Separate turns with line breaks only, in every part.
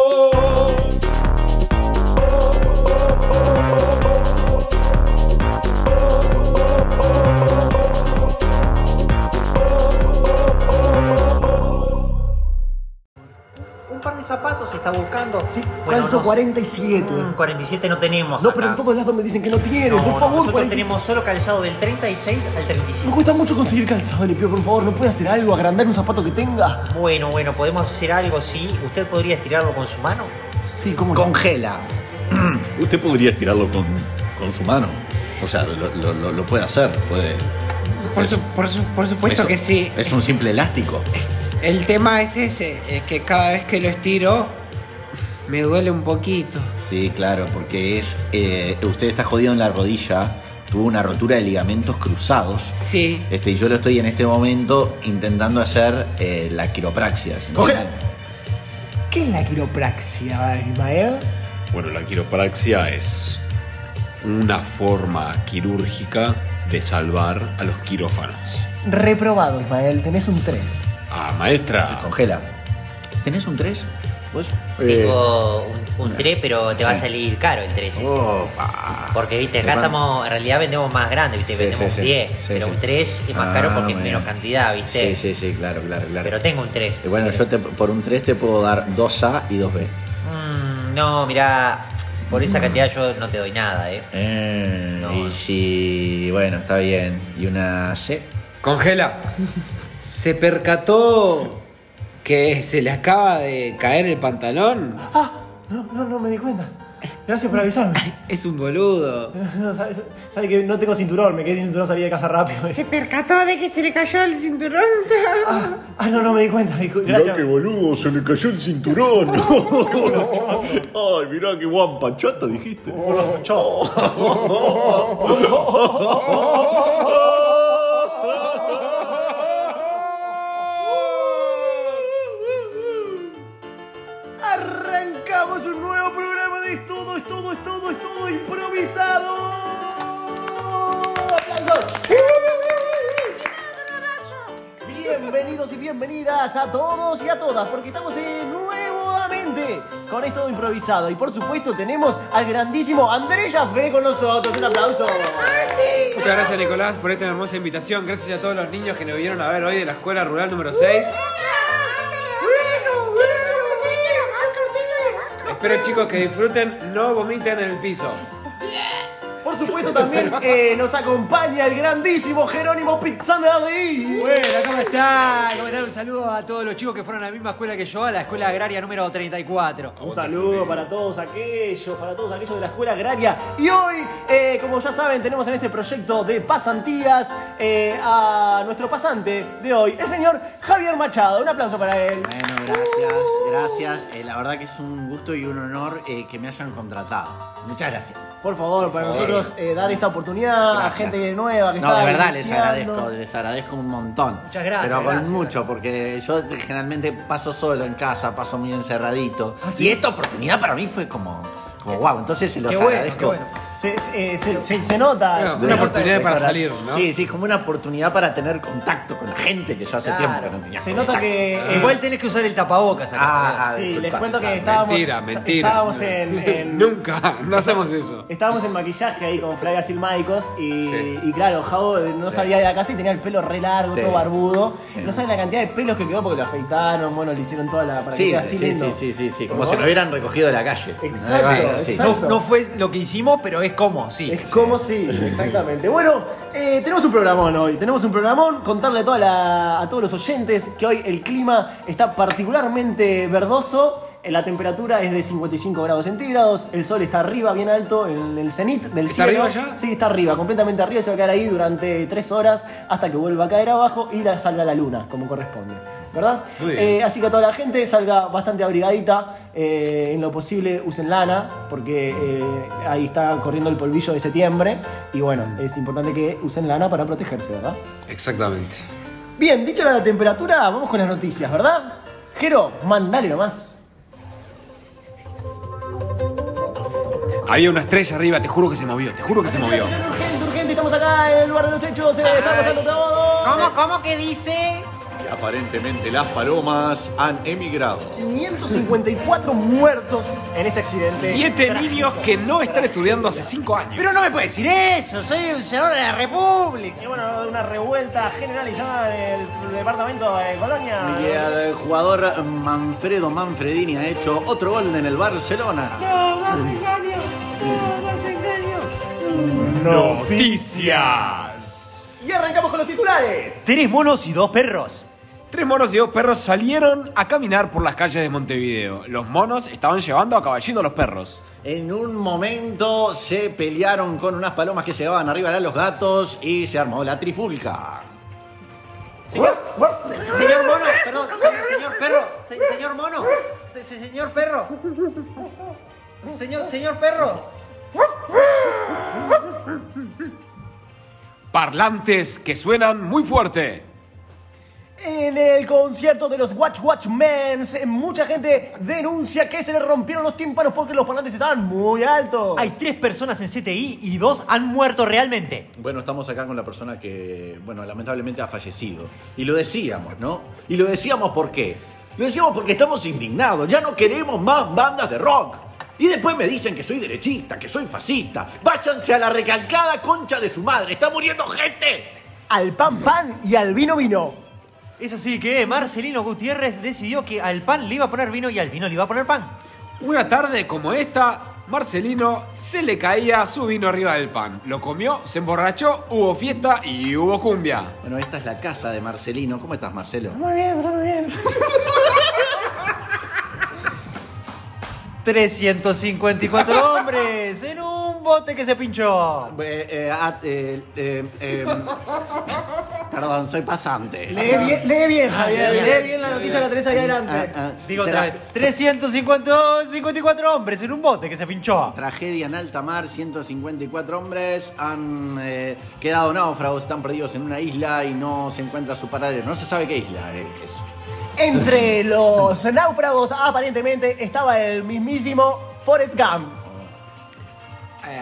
improvisado.
Un par de zapatos está buscando.
Sí,
Bueno,
calzo
no-
47.
Mm, 47 no tenemos.
No,
acá.
pero en todos lados me dicen que no tiene.
No,
por
no,
favor,
nosotros
40.
tenemos solo calzado del 36 al
Me
35.
cuesta mucho conseguir calzado, Pío, por favor. ¿No puede hacer algo? ¿Agrandar un zapato que tenga?
Bueno, bueno, podemos hacer algo, sí. ¿Usted podría estirarlo con su mano?
Sí, ¿cómo no?
Congela. Mm.
Usted podría estirarlo con, con su mano. O sea, lo, lo- lo- lo puede hacer, puede.
Por, su- por su- por supuesto
Eso-
que sí.
Es un simple elástico.
El tema es ese, es que cada vez que lo estiro me duele un poquito.
Sí, claro, porque es. eh, usted está jodido en la rodilla. Tuvo una rotura de ligamentos cruzados.
Sí.
Este, y yo lo estoy en este momento intentando hacer eh, la quiropraxia. ¿se
Congela.
entienden?
¿Qué es la quiropraxia, Ismael?
Bueno, la quiropraxia es una forma quirúrgica de salvar a los quirófanos.
Reprobado, Ismael. Tenés un 3.
Ah, maestra.
Congela. ¿Tenés un 3? ¿Vos?
Tengo un,
Eh,
un 3, pero te va a salir caro el 3. ese.
Opa.
Porque, viste, acá
Opa.
estamos, en realidad vendemos más grande, viste,
Sí,
vendemos
sí, sí.
10,
Sí,
pero
sí.
un 3 es más
Ah,
caro porque es
bueno.
menos cantidad, viste.
Sí, sí, sí, claro, claro, claro.
Pero tengo un 3.
Eh, bueno, yo te- por un 3 te puedo dar 2A y 2B.
Mm, no, mirá, por esa cantidad yo no te doy nada, eh.
Eh,
No.
Y si. Bueno, está bien. ¿Y una C?
Congela. ¿Se percató que se le acaba de caer el pantalón?
¡Ah! No, no, no me di cuenta. Gracias por avisarme.
Es un boludo.
No, sabe, sabe que no tengo cinturón, me quedé sin cinturón, salí de casa rápido.
¿Se percató de que se le cayó el cinturón?
Ah, ah, no, no me di cuenta. discul- Gracias.
boludo, se le cayó el cinturón. Ay, mirá qué guampa chata dijiste.
Arrancamos un nuevo programa de Es todo, es todo, es todo, es todo improvisado. ¡Aplausos! Bienvenidos y bienvenidas a todos y a todas, porque estamos eh, nuevamente con esto improvisado. Y por supuesto tenemos al grandísimo Andrés Jafé con nosotros. Un aplauso.
Muchas gracias Nicolás por esta hermosa invitación. Gracias a todos los niños que nos vinieron a ver hoy de la escuela rural número 6. Espero chicos que disfruten, no vomiten en el piso.
Por supuesto también eh, nos acompaña el grandísimo Jerónimo Pizzanelli.
Bueno, ¿cómo está? ¿Cómo están? Un saludo a todos los chicos que fueron a la misma escuela que yo, a la escuela agraria número 34.
Un saludo para todos aquellos, para todos aquellos de la escuela agraria. Y hoy, eh, como ya saben, tenemos en este proyecto de pasantías eh, a nuestro pasante de hoy, el señor Javier Machado. Un aplauso para él.
Bueno, gracias, gracias. Eh, la verdad que es un gusto y un honor eh, que me hayan contratado. Muchas gracias.
Por favor, para nosotros eh, dar esta oportunidad a
Gracias.
gente nueva que
No,
está
de verdad les
iniciando.
agradezco, les agradezco un montón.
Muchas gracias,
Pero con
gracias,
mucho, porque yo generalmente paso solo en casa, paso muy encerradito. Y esta oportunidad para mí fue como, como wow. Entonces se los agradezco.
Se, se- se- se- se nota.
Bueno,
se
una
nota-
oportunidad
De
para
corazón.
salir, ¿no?
Sí, sí, como una oportunidad para tener contacto con la gente que yo hace tiempo que no tenía.
Se nota
contacto.
que. eh,
Igual tenés que usar el tapabocas acá.
Ah, ah,
sí,
disculpa,
les cuento que
Susana.
estábamos.
Mentira, mentira.
Estábamos en. en-
Nunca, no hacemos eso.
Estábamos en maquillaje ahí con Flavia Silmaicos y,
Sí.
y claro, Javo no
Sí.
salía de la casa y tenía el pelo re largo,
Sí.
todo barbudo.
Sí.
No saben la cantidad de pelos que quedó porque lo afeitaron, bueno, le hicieron toda la para que
Sí,
quede
sí,
así
sí,
lindo.
sí, sí, sí, sí, Como
Por
si lo
favor.
hubieran recogido de la calle.
Exacto,
Sí, sí.
exacto.
no, no fue lo que hicimos, pero es como, sí.
Es como si, exactamente. Bueno, eh, tenemos un programón hoy. Tenemos un programón. Contarle a, toda la- a todos los oyentes que hoy el clima está particularmente verdoso. Eh, La temperatura es de 55 grados centígrados. El sol está arriba, bien alto, en el cenit del
¿Está
cielo.
arriba ya?
Sí, está arriba, completamente arriba. Se va a quedar ahí durante tres horas hasta que vuelva a caer abajo y la salga la luna, como corresponde. ¿Verdad?
Muy bien.
Eh, eh, así que a toda la gente salga bastante abrigadita, eh, en lo posible usen lana, porque eh, ahí está corriendo el polvillo de septiembre, y bueno, es importante que usen lana para protegerse, ¿verdad?
Exactamente.
Bien, dicha la temperatura, vamos con las noticias, ¿verdad? Jero, mandale nomás.
Había una estrella arriba, te juro que se movió, te juro que se movió.
Urgente, urgente, estamos acá en el lugar de los hechos, eh, estamos pasando todo.
¿Cómo, cómo que dice?
Aparentemente las palomas han emigrado.
554 muertos en este accidente.
Siete
trágico.
niños que no están estudiando hace cinco años.
Pero no me puede decir eso, soy un senador de la República.
Y bueno, una revuelta generalizada en el departamento de Colonia.
Y el jugador Manfredo Manfredini ha hecho otro gol en el Barcelona.
No, más engaño. No, más engaño.
Noticias.
Y arrancamos con los titulares.
Tres monos y dos perros.
Tres monos y dos perros salieron a caminar por las calles de Montevideo. Los monos estaban llevando a caballito a los perros.
En un momento se pelearon con unas palomas que llevaban arriba a los gatos y se armó la trifulca.
Señor mono, perdón, se- señor perro, se- señor mono, se- se- señor perro. Señor, señor perro.
Parlantes que suenan muy fuerte.
En el concierto de los Watch Watchmen, mucha gente denuncia que se le rompieron los tímpanos porque los parlantes estaban muy altos.
Hay tres personas en CTI y dos han muerto realmente.
Bueno, estamos acá con la persona que, bueno, lamentablemente ha fallecido. Y lo decíamos, ¿no? Y lo decíamos por qué. Lo decíamos porque estamos indignados. Ya no queremos más bandas de rock. Y después me dicen que soy derechista, que soy fascista. Váyanse a la recalcada concha de su madre. Está muriendo gente.
Al pan pan y al vino vino.
Es así que Marcelino Gutiérrez decidió que al pan le iba a poner vino y al vino le iba a poner pan.
Una tarde como esta, Marcelino se le caía su vino arriba del pan. Lo comió, se emborrachó, hubo fiesta y hubo cumbia.
Bueno, esta es la casa de Marcelino. ¿Cómo estás, Marcelo?
Muy bien, está muy bien.
354 hombres en un bote que se pinchó.
Eh, eh, ah, eh, eh, eh, perdón, soy pasante. Ah,
Lee bien, lee bien, Javier.
bien,
Lee bien la noticia, la tenés ahí
Ah,
adelante.
ah,
Digo
tra-
otra vez, 354 hombres en un bote que se pinchó.
Tragedia en alta mar, 154 hombres han eh, quedado náufragos, están perdidos en una isla y no se encuentra su paradero. No se sabe qué isla eh, es.
Entre los náufragos, aparentemente, estaba el mismísimo Forrest Gump.
Eh,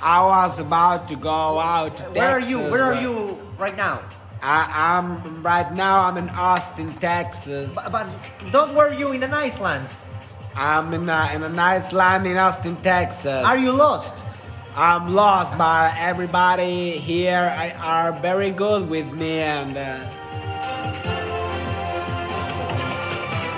I was about to go out to
Where are you?
Texas,
Where
but
are you right now?
I, I'm right now. I'm in Austin, Texas.
But, but don't where you in an Iceland?
I'm in a, in a nice land in Austin, Texas.
Are you lost?
I'm lost, but everybody here I, are very good with me and. Uh,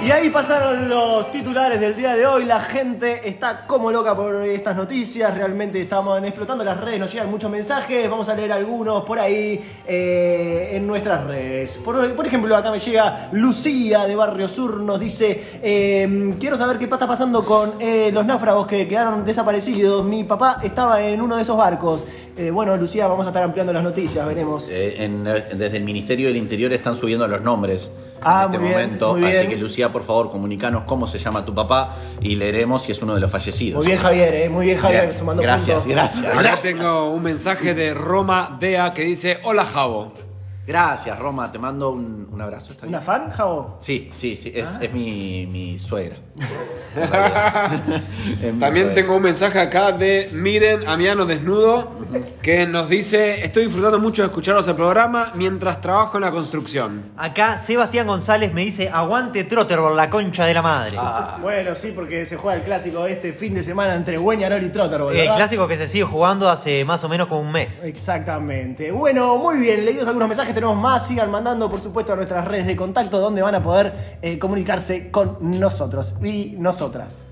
Y ahí pasaron los titulares del día de hoy. La gente está como loca por estas noticias. Realmente estamos explotando las redes. Nos llegan muchos mensajes. Vamos a leer algunos por ahí eh, en nuestras redes. Por, por ejemplo, acá me llega Lucía de Barrio Sur. Nos dice: eh, Quiero saber qué está pasando con eh, los náufragos que quedaron desaparecidos. Mi papá estaba en uno de esos barcos. Eh, bueno, Lucía, vamos a estar ampliando las noticias. Veremos.
Eh, en, eh, desde el Ministerio del Interior están subiendo los nombres en
Ah,
este
muy bien,
momento.
muy bien.
Así que, Lucía, por favor, comunicanos cómo se llama tu papá y leeremos si es uno de los fallecidos.
Muy bien, Javier. eh, Muy bien, Javier.
Bien.
Sumando
Gracias,
puntos.
gracias,
Acá
gracias.
tengo un mensaje de Roma Dea que dice: Hola Javo.
Gracias, Roma. Te mando un, un abrazo. ¿está bien?
¿Una Ah. fan, Javo?
Sí, sí, sí. Es, es mi, mi suegra. Es mi
También
suegra.
tengo un mensaje acá de Miren Amiano Desnudo que nos dice: Estoy disfrutando mucho de escucharos el programa mientras trabajo en la construcción.
Acá Sebastián González me dice, aguante Trotterball, la concha de la madre.
Ah.
Bueno, sí, porque se juega el clásico este fin de semana entre Bueñarol y Trotterball,
el
¿verdad?
clásico que se sigue jugando hace más o menos como un mes.
Exactamente. Bueno, muy bien, leídos algunos mensajes, tenemos más. Sigan mandando, por supuesto, a nuestras redes de contacto donde van a poder eh, comunicarse con nosotros y nosotras.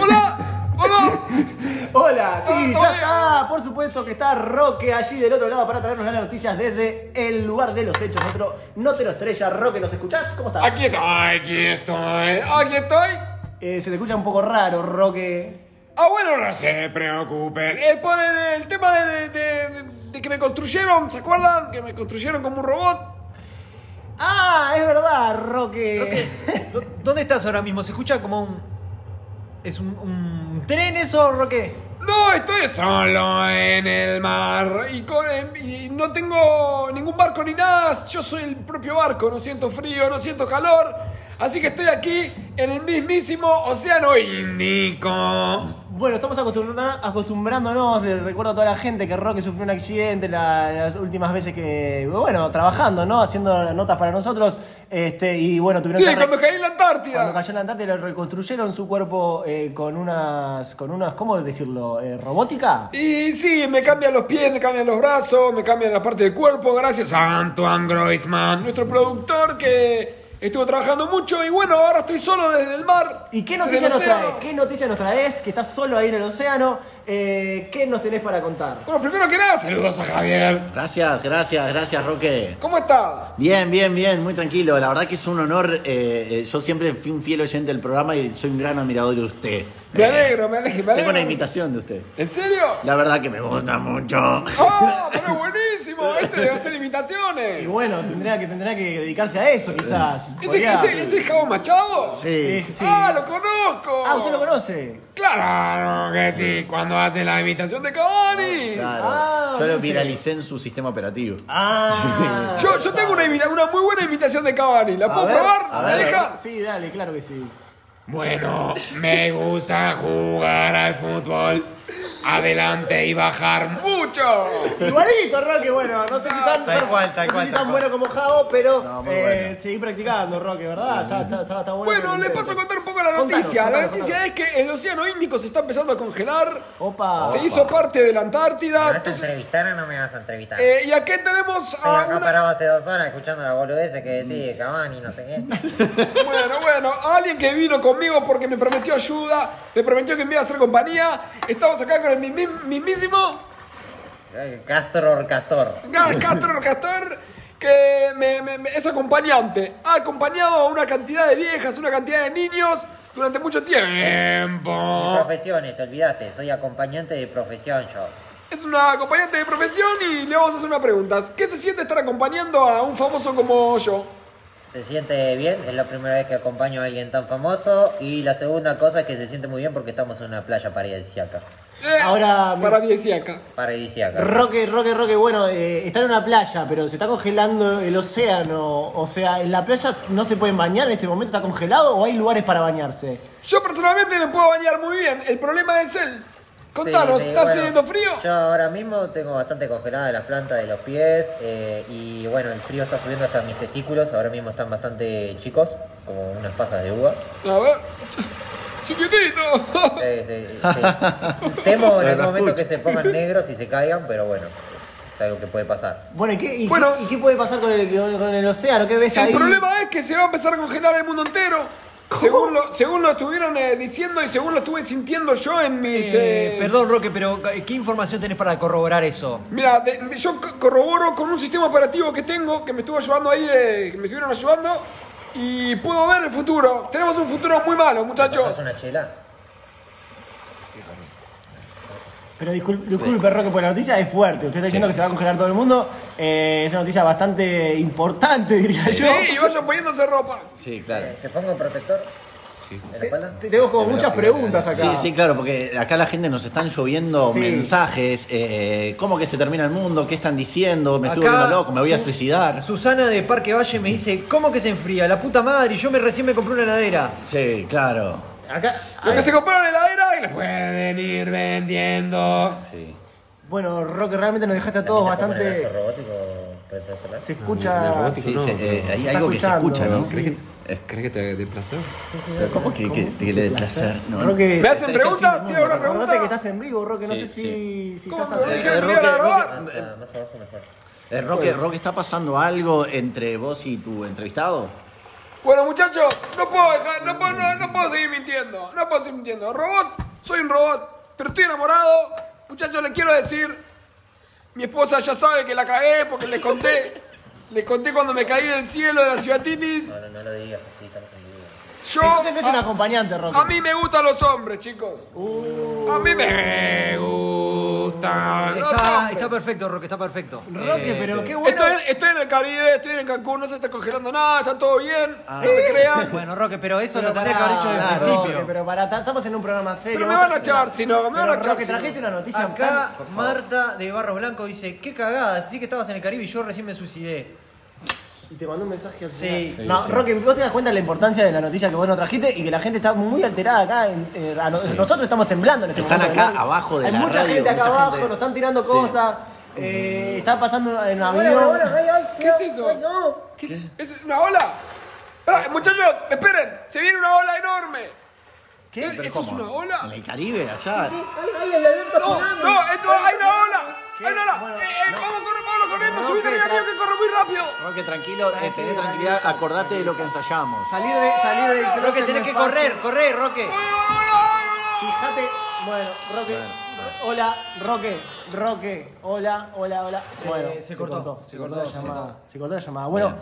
¡Hola! ¡Hola!
Hola, sí,
Ah,
ya
hola.
está. Por supuesto que está Roque allí del otro lado para traernos las noticias desde el lugar de los hechos. Otro no te lo estrella, Roque, ¿nos escuchás? ¿Cómo estás?
Aquí estoy, aquí estoy, aquí estoy.
Eh, se te escucha un poco raro, Roque.
Ah, bueno, no se preocupen. Es por Eh, pues, el, el tema de, de- de- de que me construyeron, ¿se acuerdan? Que me construyeron como un robot.
Ah, es verdad, Roque.
¿Dó- ¿Dónde estás ahora mismo? ¿Se escucha como un... ¿Es un, un tren eso, Roque?
No, estoy solo en el mar y, con el- y no tengo ningún barco ni nada. Yo soy el propio barco, no siento frío, no siento calor. Así que estoy aquí en el mismísimo Océano Índico.
Bueno, estamos acostumbrando- acostumbrándonos, les recuerdo a toda la gente que Roque sufrió un accidente la- las últimas veces que, bueno, trabajando, ¿no? Haciendo notas para nosotros, este, y bueno, tuvieron
Sí,
que... re-
cuando caí en la
Cuando
Antártida.
cayó en la Antártida le reconstruyeron su cuerpo eh, con unas, con unas, ¿cómo decirlo? Eh, ¿Robótica?
Y sí, me cambian los pies, me cambian los brazos, me cambian la parte del cuerpo, gracias a Antoine Groisman, nuestro productor que estuvo trabajando mucho y bueno, ahora estoy solo desde el mar.
¿Y qué
desde
noticia
el
nos trae?
océano.
¿Qué noticia nos traes? Que estás solo ahí en el océano. eh, ¿Qué nos tenés para contar?
Bueno, primero que nada, saludos a Javier.
Gracias, gracias, gracias, Roque.
¿Cómo está?
Bien, bien, bien, muy tranquilo. La verdad que es un honor. eh, eh, yo siempre fui un fiel oyente del programa y soy un gran admirador de usted.
Me
Eh,
alegro, me alegro, me
Tengo una
alegro.
imitación de usted.
¿En serio?
La verdad que me gusta mucho.
¡Ah! ¡Pero es buenísimo! Este debe hacer
Y
imitaciones.
bueno, tendría que, tendría que dedicarse a eso quizás.
¿Ese,
Podría-
ese, ese es Javo Machado?
Sí.
Sí, sí.
¡Ah, lo conozco!
Ah, usted lo conoce.
Claro que sí, cuando hace la imitación de Cavani.
Claro.
Ah,
yo lo
viste.
viralicé en su sistema operativo.
Ah.
Yo, yo tengo una, imita- una muy buena imitación de Cavani. ¿La
A
puedo
ver,
probar?
a
¿Me
ver.
deja?
Sí, dale, claro que sí.
Bueno, me gusta jugar al fútbol. Adelante y bajar.
¡Mucho!
Igualito, Roque, bueno, no sé si tan,
Tal cual, tal
no sé
cual,
si
tal
tan
cual.
bueno como Jao, pero
No, muy
eh,
bueno.
seguí practicando, Roque, ¿verdad? Está, está, está, está bueno.
Bueno,
que
les
lo
paso a
intentes.
contar un poco la
Contanos,
noticia. La
contanos,
noticia
contanos.
es que el Océano Índico se está empezando a congelar.
Opa.
Se hizo parte de la
¿Me
Antártida.
vas a
Entonces,
entrevistar o no me vas a entrevistar? Estoy
eh, y aquí tenemos a
acá
una-
parado hace dos horas escuchando la boludez que
Mm.
decía Cavani, no sé qué.
Bueno, bueno, alguien que vino conmigo porque me prometió ayuda, me prometió que me iba a hacer compañía. Estamos acá con el mismi- mismísimo
Eh, Castro Castor.
Ga- Castro Castor, que me- me- me- es acompañante. Ha acompañado a una cantidad de viejas, una cantidad de niños durante mucho tiempo.
Mi profesión, te olvidaste. Soy acompañante de profesión yo.
Es una acompañante de profesión y le vamos a hacer una pregunta. ¿Qué se siente estar acompañando a un famoso como yo?
Se siente bien, es la primera vez que acompaño a alguien tan famoso. Y la segunda cosa es que se siente muy bien porque estamos en una playa paradisíaca.
Eh,
Ahora,
Para acá.
Paradisíaca.
Roque, Roque, Roque, bueno, eh, está en una playa, pero se está congelando el océano. O sea, ¿en la playa no se pueden bañar en este momento? ¿Está congelado o hay lugares para bañarse?
Yo personalmente me puedo bañar muy bien. El problema es él. Contanos,
Sí, sí,
¿estás
bueno,
teniendo frío?
Yo ahora mismo tengo bastante congelada las plantas de los pies eh, y bueno, el frío está subiendo hasta mis testículos, ahora mismo están bastante chicos, como unas pasas de uva.
A ver. Chiquitito.
Sí, sí, sí. Temo en algún momento
Rasputin.
que se pongan negros y se caigan, pero bueno, es algo que puede pasar.
Bueno, ¿y qué, y
Bueno.
qué- y qué puede pasar con el, con el océano? ¿Qué ves
El
ahí?
problema es que se va a empezar a congelar el mundo entero. Según lo, según lo estuvieron eh, diciendo y según lo estuve sintiendo yo en mis...
Eh,
eh,
perdón, Roque, pero eh, ¿qué información tenés para corroborar eso?
Mira, de- yo co- corroboro con un sistema operativo que tengo, que me estuvo ayudando ahí, eh, que me estuvieron ayudando, y puedo ver el futuro. Tenemos un futuro muy malo,
¿Pasás
muchachos.
una chela?
Pero discul- disculpe, Roque, porque la noticia es fuerte. Usted está diciendo que se va a congelar todo el mundo. Eh, es una noticia bastante importante, diría
Sí,
yo.
y vayan poniéndose ropa.
Sí, claro.
Eh, ¿Se pongo protector? ¿En la espalda?
Tenemos como muchas preguntas
Sí,
acá.
sí, claro, porque acá la gente nos están lloviendo
Sí.
mensajes. eh, ¿Cómo que se termina el mundo? ¿Qué están diciendo? Me estoy
Acá,
volviendo loco, me voy a
Su-
suicidar.
Susana de Parque Valle me dice, ¿cómo que se enfría? La puta madre, yo me recién me compré una heladera.
Sí, claro.
Acá.
Los que se compraron heladera y la pueden.
Pueden ir vendiendo.
Sí.
Bueno, Roque, realmente nos dejaste a todos
¿Necesitas poner
bastante.
brazo robótico frente al solar?
Se escucha.
Sí, se- eh, hay
Se está
algo que se escucha,
escuchando.
¿no?
Sí.
¿Crees que, crees que te dé placer?
¿Cómo que, que- que le dé placer? No, no.
Roque,
¿Me hacen
Ese
preguntas? ¿Tiene alguna
Acordate que
pregunta?
estás en vivo, Roque. No
Sí,
sé si, si
¿Cómo
estás
me voy a
al-
Eh,
dejar
Roque,
venir a grabar?
Roque,
Más, a- más abajo mejor.
Eh, Roque, Roque, ¿está pasando algo entre vos y tu entrevistado?
Bueno, muchachos, no puedo dejar, no puedo, no, no puedo seguir mintiendo. No puedo seguir mintiendo. Robot, soy un robot, pero estoy enamorado. Muchachos, les quiero decir, mi esposa ya sabe que la cagué porque les conté. Les conté cuando me caí del cielo de la ciudad Titis.
No, no, no lo digas, así estamos en vivo.
Yo.
Este
Entonces no es un
a-
acompañante,
A
Roque.
mí me gustan los hombres, chicos.
Uh.
A mí me gustan los
Está,
hombres.
está perfecto, Roque, está perfecto. Eh,
Roque, pero qué bueno.
Estoy, en- estoy en el Caribe, estoy en Cancún, no se está congelando nada, está todo bien, no se crean.
Ah. Bueno, Roque, pero eso
Pero
lo tendría que
pará,
haber hecho desde el
Roque,
principio.
pero pará, ta- estamos en un programa serio.
Pero me
vos
van a
estás-
echar, si no, me van a
Pero,
echar,
Roque,
si no.
trajiste una noticia
Acá
tan-
Marta de Barros Blanco dice, qué cagada, sí que estabas en el Caribe y yo recién me suicidé.
Y te mandó un mensaje al
Sí.
final. No, Roque, vos te das cuenta de la importancia de la noticia que vos nos trajiste y que la gente está muy alterada acá. en- eh, a no- Nosotros estamos temblando en este
Están
momento.
acá
¿verdad?
abajo de
Hay
la
mucha
radio,
gente acá
mucha
abajo,
gente.
nos están tirando cosas. eh, está pasando en un avión.
Bueno, bueno, ay, ay,
¿Qué es eso?
ay, no.
¿Qué es- ¿Es una ola? Pará, muchachos, esperen, se viene una ola enorme. ¿Qué?
¿Pero
¿Eso es
cómo?
una ola?
¿En el Caribe, allá?
Ay, ay, el alerta
No,
tsunami.
no, esto, hay una ola.
¿Qué?
Hay una ola.
Bueno,
eh, eh,
no.
Vamos, corre, Pablo, corriendo.
No,
Subite
que
al camión
tra-
que corro muy rápido.
Roque, tranquilo, eh, tené
Tranquilo,
tranquilidad,
tranquilo.
acordate de lo que ensayamos.
Salir de, salir del closet
Roque,
no
tenés
es
que
fácil.
correr, correr, Roque.
Fíjate, bueno, Roque. Hola, Roque, Roque. Hola, hola, hola. Bueno,
se cortó,
se,
se
cortó,
cortó,
la
se
llamada. Se cortó la llamada. Bueno,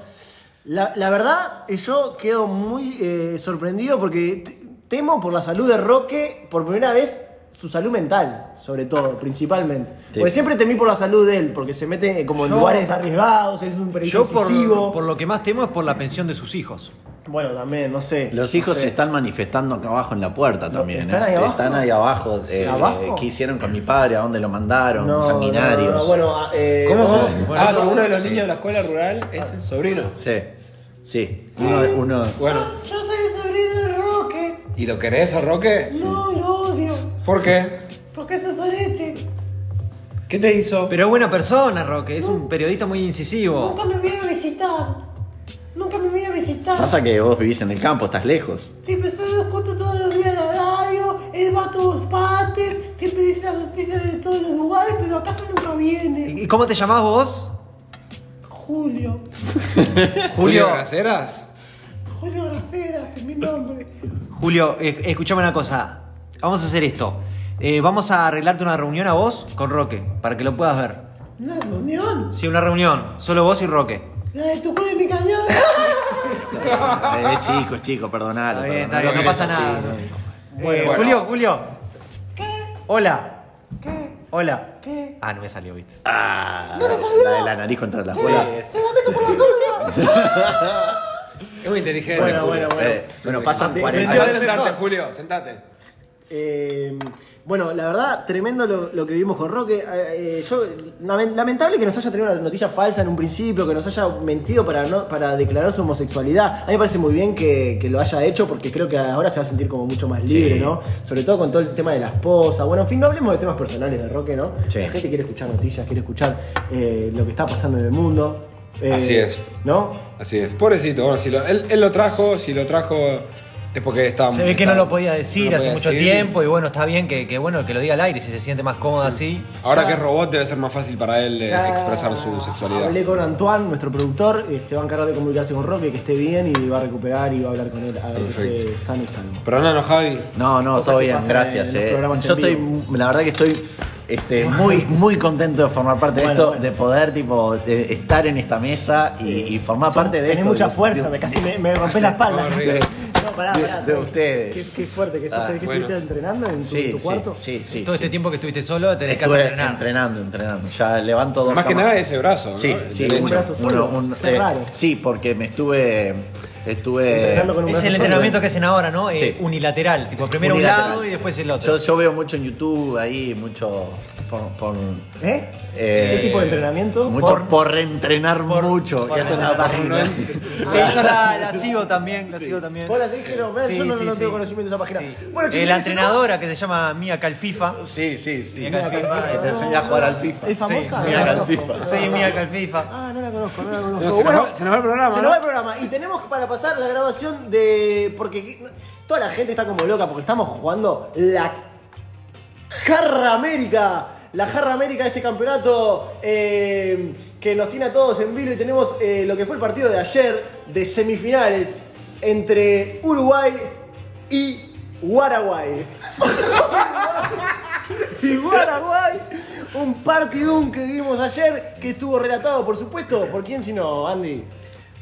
la, la verdad, eh, yo quedo muy eh, sorprendido porque te- temo por la salud de Roque, por primera vez, su salud mental, sobre todo, principalmente. Porque siempre temí por la salud de él, porque se mete eh, como en
Yo-
lugares arriesgados, es un periodista
Yo por,
incisivo.
por lo que más temo es por la pensión de sus hijos.
Bueno, también, no sé.
Los
no
hijos
sé.
se están manifestando acá abajo en la puerta también.
¿Están
eh.
ahí abajo?
Están ahí abajo. eh,
¿Abajo?
¿Qué hicieron con mi padre? ¿A dónde lo mandaron?
No, no,
Sanguinarios.
no, no, bueno, ah, eh,
¿Cómo?
no,
ah, pero uno de los niños de la escuela rural es el sobrino.
Sí, sí. Uno, uno-
Bueno,
Yo soy el sobrino de Roque.
¿y lo querés a Roque?
No, lo odio.
¿Por qué?
Porque es sorete.
¿Qué te hizo?
Pero es buena persona, Roque, es un periodista muy incisivo.
Nunca me vino a visitar. Nunca me vino a visitar.
Pasa que vos vivís en el campo, estás lejos.
Siempre solo escucho todos los días la radio, él va a todas partes, siempre dice las noticias de todos los lugares, pero a casa nunca viene.
¿Y y cómo te llamás vos?
Julio.
Julio Braceras.
Julio Graceras es mi nombre.
Julio, eh, escuchame una cosa. Vamos a hacer esto. Eh, vamos a arreglarte una reunión a vos con Roque, para que lo puedas ver.
Una reunión.
Sí, una reunión, solo vos y Roque.
La de tu cuello y mi cañón.
Eh, chicos, chicos, perdonalo.
Está bien,
perdonalo,
está bien, no
es
pasa
así,
nada.
¿no?
Eh, Julio, Julio.
¿Qué?
Hola,
¿Qué?
hola.
¿Qué?
Ah, no me salió, viste.
Ah, la de la nariz contra la abuela.
¡Te la meto por la cola!
Es muy inteligente.
Bueno,
Julio.
bueno, bueno.
Eh, bueno, pasan
De-
Te
40
voy a
de-
sentarte, Julio, sentate.
Eh, bueno, la verdad, tremendo lo, lo que vimos con Roque. Eh, eh, yo, lamen- lamentable que nos haya tenido una noticia falsa en un principio, que nos haya mentido para, no, para declarar su homosexualidad. A mí me parece muy bien que, que lo haya hecho porque creo que ahora se va a sentir como mucho más libre, ¿no? Sobre todo con todo el tema de la esposa. Bueno, en fin, no hablemos de temas personales de Roque, ¿no?
Sí.
La gente quiere escuchar noticias, quiere escuchar eh, lo que está pasando en el mundo. Eh,
Así es.
¿No?
Así es, pobrecito. Bueno, si lo- él, él lo trajo, si lo trajo es porque estaba.
Se ve que no
estaba-
lo podía decir
no lo
hace
podía
mucho
decir.
tiempo y bueno, está bien que, que, bueno que lo diga al aire si se siente más cómodo así.
Ahora
Ya-
que es robot, debe ser más fácil para él eh,
Ya
expresar su sexualidad.
Hablé con Antoine, nuestro productor, eh, se va a encargar de comunicarse con Roque, que esté bien y va a recuperar y va a hablar con él a ver que
Perfecto.
esté sano y salvo.
Pero no, no, Javi.
No, no,
Cosas
todo
que
bien,
pasan
gracias.
en los
eh.
programas
Yo
en
estoy,
vivo.
la verdad que estoy este, muy, muy contento de formar parte
Bueno,
de esto,
bueno.
de poder tipo de estar en esta mesa y, y formar
Son-
parte de
tenés
esto.
mucha
de-
fuerza,
de-
me casi me, me rompés la espalda.
Vamos arriba.
no, pará,
de-
pará.
de
tranqui.
ustedes.
Qué, qué fuerte que sos,
Ah,
¿sabés que
bueno.
estuviste entrenando en tu,
Sí,
tu
sí,
cuarto?
Sí, sí.
Todo
sí.
este tiempo que estuviste solo tenés que
Estuve
entrenar.
entrenando, entrenando. Ya levanto dos
Más que
camas.
nada ese brazo, ¿no?
Sí,
El
sí,
derecho.
un brazo solo. Qué raro.
eh, Sí, porque me estuve. Estuve.
Entrenando con un
Es
brazo
el
solo.
entrenamiento que hacen ahora, ¿no? Eh,
Sí.
unilateral, tipo primero
unilateral.
un lado y después el otro.
Yo, yo veo mucho en YouTube ahí, mucho. Por, por-
¿Eh?
eh,
¿Qué tipo de entrenamiento?
Mucho por, entrenar mucho.
por
y eso es una página.
Sí, yo la, la sigo también, la sigo también.
Vos la tenés que nombrar,
Sí,
yo no,
sí,
no
sí.
tengo conocimiento de esa página.
Sí.
Bueno,
Eh,
chicos,
la
¿y si no?
entrenadora que se llama Mia Calfifa.
Sí, sí, sí.
Mira acá al FIFA,
Que te enseña a jugar al FIFA.
¿Es famosa?
Sí,
No
mira
la
acá al
conozco.
FIFA.
Sí, Mia Calfifa.
Ah, no la conozco, no la conozco.
No, se,
Bueno,
nos va, se nos va el programa.
Se
¿no?
nos va el programa y tenemos para pasar la grabación de. Porque qui- toda la gente está como loca porque estamos jugando la Jarra América. La Jarra América de este campeonato eh, que nos tiene a todos en vilo y tenemos eh, lo que fue el partido de ayer de semifinales entre Uruguay y Paraguay. Y Paraguay, un partidón que vimos ayer que estuvo relatado, por supuesto, por quién sino, Andy.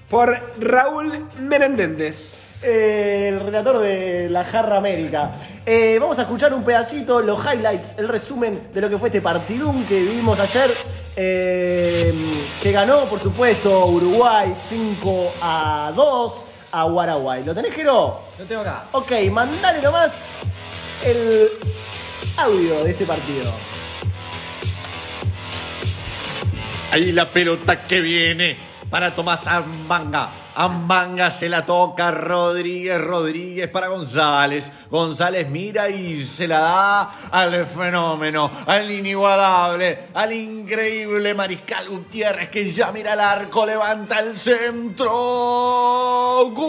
Por Raúl Menéndez.
Eh, el relator de la Jarra América. Eh, vamos a escuchar un pedacito, los highlights, el resumen de lo que fue este partidum que vivimos ayer. eh, que ganó, por supuesto, Uruguay 5 a 2 a Guaraguay. ¿Lo tenés, Jero?
Lo tengo acá.
Ok, mandale nomás el audio de este partido.
Ahí la pelota que viene,
para Tomás Ambanga. Ambanga se la toca Rodríguez, Rodríguez para González. González mira y se la da al fenómeno, al inigualable, al increíble Mariscal Gutiérrez que ya mira el arco, levanta el centro. ¡Gol!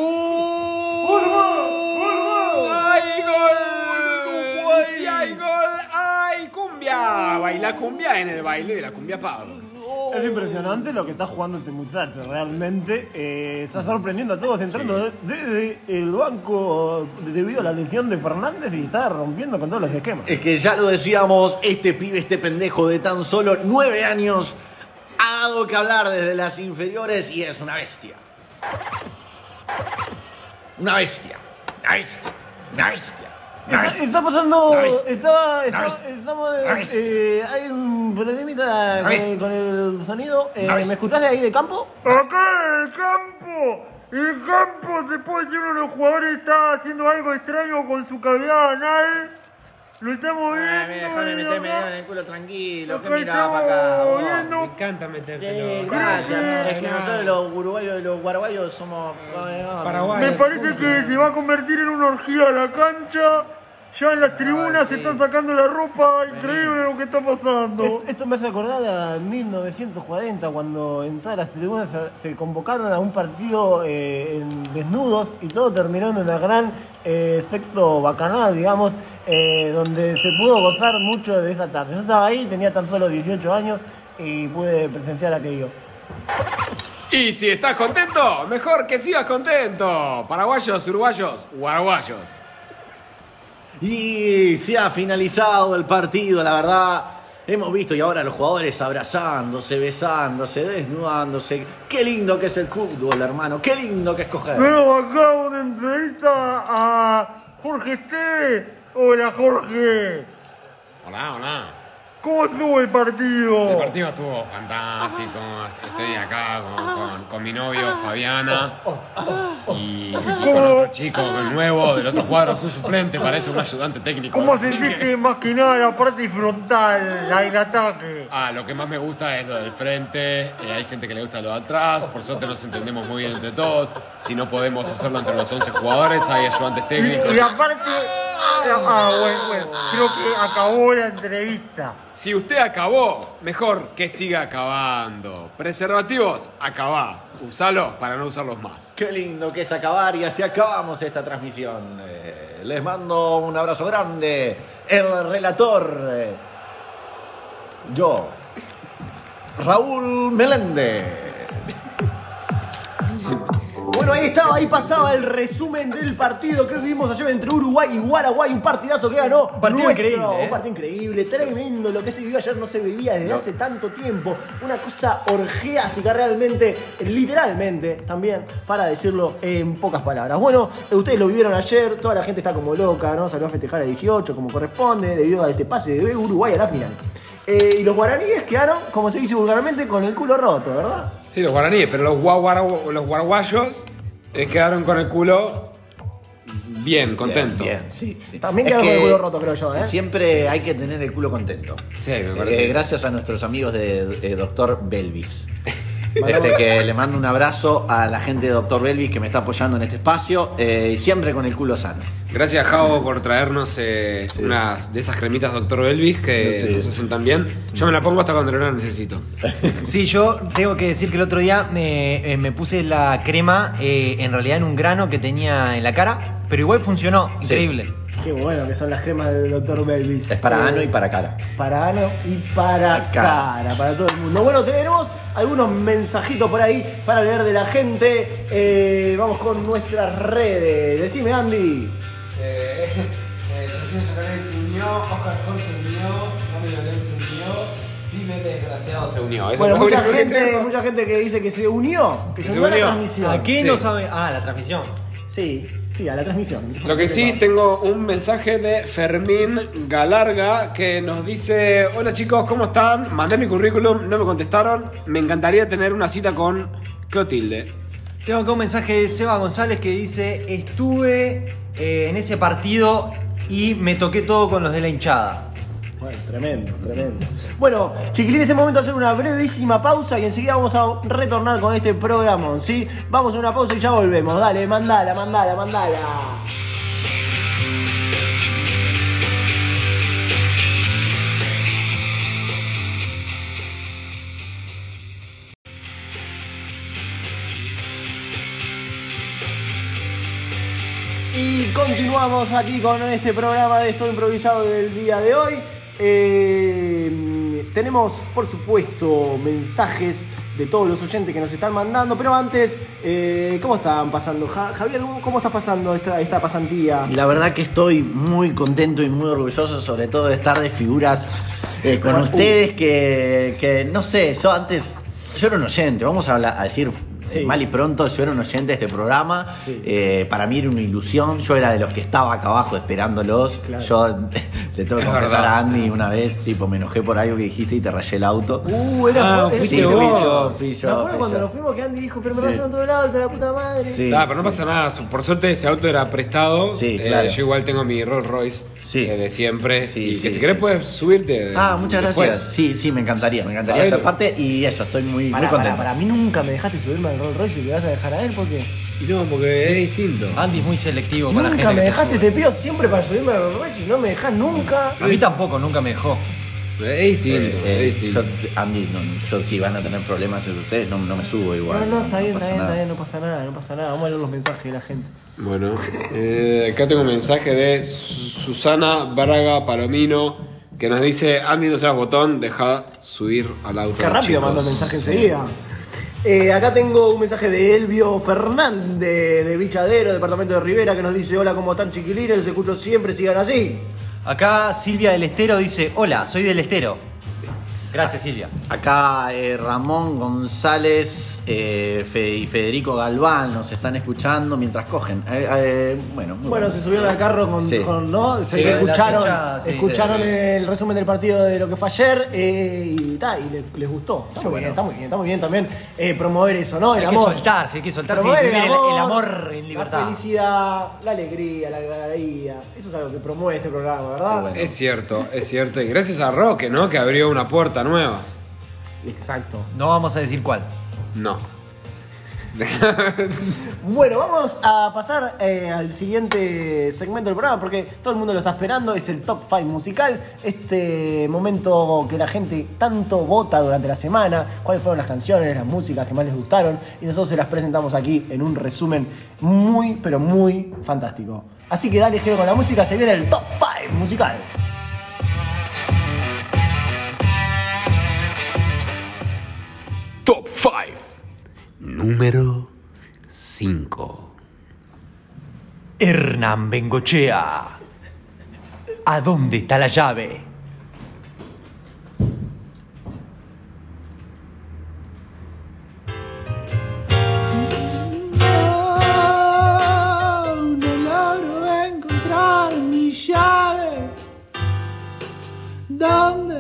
¡Ay, gol! ¡Y si hay gol! ¡Ay, cumbia! Ah, Baila cumbia en el baile de la cumbia Pablo.
Es impresionante lo que está jugando este muchacho, realmente. eh, está sorprendiendo a todos entrando desde el banco debido a la lesión de Fernández y está rompiendo con todos los esquemas.
Es que ya lo decíamos, este pibe, este pendejo de tan solo nueve años, ha dado que hablar desde las inferiores y es una bestia. Una bestia. Una bestia. Una bestia. Una
Está,
bestia.
está pasando.
Nice.
Está, está-
Nice.
estamos, eh,
Nice.
eh, hay un problemita con,
Nice.
con el sonido. Eh,
Nice.
¿Me escuchás de ahí de campo?
Acá el campo, el campo, te puedo decir, uno de los jugadores está haciendo algo extraño con su cavidad anal. Lo
Ah,
estamos viendo.
me déjame
y
meterme
acá-
dedo en el culo tranquilo. ¿Qué
acá
miraba para acá?
estamos
vos?
viendo.
Me encanta meterte.
Eh, Gracias. Es que nosotros los uruguayos y los guaraguayos somos.
Eh,
Me parece que se va a convertir en una orgía la cancha. Ya
Ah,
en las tribunas se están sacando la ropa. Increíble lo que está pasando.
Es- esto me hace acordar a 1940, cuando en todas las tribunas se, se convocaron a un partido eh, en desnudos y todo terminó en una gran eh, sexo bacanal, digamos, eh, donde se pudo gozar mucho de esa tarde. Yo estaba ahí, tenía tan solo 18 años y pude presenciar aquello.
Y si estás contento, mejor que sigas contento. Paraguayos, uruguayos, guaraguayos.
Y se ha finalizado el partido, la verdad. Hemos visto y ahora los jugadores abrazándose, besándose, desnudándose. Qué lindo que es el fútbol, hermano. Qué lindo que es coger.
Veo acá una entrevista a Jorge Esteve. Hola Jorge.
Hola, hola.
¿Cómo estuvo el partido?
El partido estuvo fantástico. Estoy acá con, con- con mi novio Fabiana. Y con otro chico nuevo del otro cuadro, su suplente, parece un ayudante técnico.
¿Cómo
Así que-
sentiste más que nada la parte frontal, la del ataque?
Ah, lo que más me gusta es lo del frente. eh, hay gente que le gusta lo de atrás. Por suerte nos entendemos muy bien entre todos. Si no podemos hacerlo entre los 11 jugadores, hay ayudantes
Y,
técnicos.
y aparte... Ah, bueno, bueno, creo que acabó la entrevista.
Si usted acabó, mejor que siga acabando. Preservativos, acabá. Usalos para no usarlos más.
Qué lindo que es acabar y así acabamos esta transmisión. Eh, les mando un abrazo grande. El relator. eh, yo. Raúl Meléndez.
Bueno, ahí estaba, ahí pasaba el resumen del partido que vivimos ayer entre Uruguay y Guaraguay. Un partidazo que ganó.
Partido
nuestro.
increíble, ¿eh?
Un partido increíble, tremendo. Lo que se vivió ayer no se vivía desde
No.
hace tanto tiempo. Una cosa orgeástica realmente, literalmente también, para decirlo en pocas palabras. Bueno, eh, ustedes lo vivieron ayer, toda la gente está como loca, ¿no? Salió a festejar a 18 como corresponde, debido a este pase de Uruguay a la final. Eh, y los guaraníes quedaron, como se dice vulgarmente, con el culo roto, ¿verdad?
Sí, los guaraníes, pero los, guaguara- los guaraguayos eh, quedaron con el culo bien, contentos.
Bien, bien, sí, sí.
También
Es
quedaron con el
que
culo roto, creo yo, ¿eh?
Siempre hay que tener el culo contento.
Sí, me
Eh, gracias a nuestros amigos de, eh, Doctor Belvis.
Mandamos-
Este, que le mando un abrazo a la gente de Doctor Belvis que me está apoyando en este espacio eh, y siempre con el culo sano.
Gracias, Javo, por traernos eh, unas de esas cremitas Doctor Elvis que
Sí.
nos hacen tan bien. Yo me la pongo hasta cuando no la necesito.
Sí, yo tengo que decir que el otro día me, eh, me puse la crema eh, en realidad en un grano que tenía en la cara, pero igual funcionó, increíble.
Qué bueno que son las cremas del Dr. Belvis. Es
para ano y para cara.
Para ano y para cara. para todo el mundo. Bueno, tenemos algunos mensajitos por ahí para leer de la gente. Eh, vamos con nuestras redes. Decime, Andy.
Eh, se unió, Oscar se unió, se unió, Desgraciado se unió.
bueno, mucha gente, mucha gente que dice que se unió, que, se, unió a la transmisión.
¿A qué
Sí.
no sabe? Ah, la transmisión.
Sí, sí, a la transmisión.
Lo que sí, tengo un mensaje de Fermín Galarga que nos dice: Hola chicos, ¿cómo están? Mandé mi currículum, no me contestaron. Me encantaría tener una cita con Clotilde.
Tengo acá un mensaje de Seba González que dice, estuve eh, en ese partido y me toqué todo con los de la hinchada.
Bueno, tremendo, tremendo. Bueno, chiquilines, es momento de hacer una brevísima pausa y enseguida vamos a retornar con este programa, ¿sí? Vamos a una pausa y ya volvemos. Dale, mandala, mandala, mandala. Y continuamos aquí con este programa de esto improvisado del día de hoy. Eh, tenemos, por supuesto, mensajes de todos los oyentes que nos están mandando, pero antes, eh, ¿cómo están pasando? Ja- Javier, ¿cómo estás pasando esta, esta pasantía?
La verdad que estoy muy contento y muy orgulloso, sobre todo de estar de figuras eh, con
Uh.
ustedes que, que, no sé, yo antes, yo era un oyente, vamos a, hablar- a decir eh, mal y pronto, yo era un oyente de este programa, Eh, para mí era una ilusión, yo era de los que estaba acá abajo esperándolos, yo le tengo que
Es
confesar
verdad.
a Andy una vez, tipo, me enojé por algo que dijiste y te rayé el auto. Ah,
Uh, era
Sí,
fuiste
fui
vos.
yo, fui yo,
Me acuerdo
fui
cuando
yo.
nos fuimos que Andy dijo, pero me
Sí.
rayaron todo el lado, de la puta madre.
Sí,
Ah, pero no pasa nada. su- Por suerte ese auto era prestado. Eh,
claro.
Yo igual tengo mi Rolls Royce eh, de siempre. y que
sí,
si querés puedes subirte.
Ah, muchas
después.
gracias. Sí, sí, me encantaría, me encantaría
Sabelo.
ser parte y eso, estoy muy, muy
Pará,
contento.
pará, pará, a mí nunca me dejaste subirme al Rolls Royce y le vas a dejar a él, ¿por qué?
Y no, porque es distinto.
Andy es muy selectivo con la gente.
Nunca me
que se
dejaste,
sube.
te pido siempre para subirme al Rolls Royce y no me dejas nunca.
A mí tampoco, nunca me dejó.
Es distinto,
Eh, Yo, Andy, no, yo si van a tener problemas entre ustedes, no, no me subo igual.
No, no, está bien,
pasa
está bien,
nada.
está bien, no pasa nada, no pasa nada. Vamos a leer los mensajes de la gente.
Bueno, eh, acá tengo un mensaje de Su- Susana Braga Palomino que nos dice: Andy, no seas botón, deja subir al auto.
Qué rápido mando
mando
el mensaje enseguida. Eh, acá tengo un mensaje de Elvio Fernández, de Bichadero, departamento de Rivera, que nos dice: Hola, ¿cómo están, chiquilines? Los escucho siempre, sigan así.
Acá Silvia del Estero dice, hola, soy del Estero. Gracias Silvia.
Acá eh, Ramón González eh, Fe- y Federico Galván nos están escuchando mientras cogen. Eh, eh, bueno, muy
Bueno, se subieron al carro con,
Sí.
con- ¿no? Se
Sí,
que
la
escucharon,
fecha, sí,
escucharon
sí, sí.
el resumen del partido de lo que fue ayer eh, y, ta, y le- les gustó. Está muy bien, está muy bien, está muy bien también eh, promover eso, ¿no? El
hay
amor.
que soltarse, hay que soltarse y
Promover
vivir el, el amor en
La
libertad.
felicidad, la alegría, la galería. Eso es algo que promueve este programa, ¿verdad?
Es cierto, es cierto. Y gracias a Roque, ¿no? Que abrió una puerta nueva.
Exacto.
No vamos a decir cuál.
No.
Bueno, vamos a pasar eh, al siguiente segmento del programa porque todo el mundo lo está esperando. Es el Top 5 musical. Este momento que la gente tanto vota durante la semana. Cuáles fueron las canciones, las músicas que más les gustaron. Y nosotros se las presentamos aquí en un resumen muy, pero muy fantástico. Así que dale, Geo, con la música. Se viene el Top 5 musical.
Top 5. Número 5.
Hernán Bengochea. ¿A dónde está la llave?
Aún no logro encontrar mi llave. ¿Dónde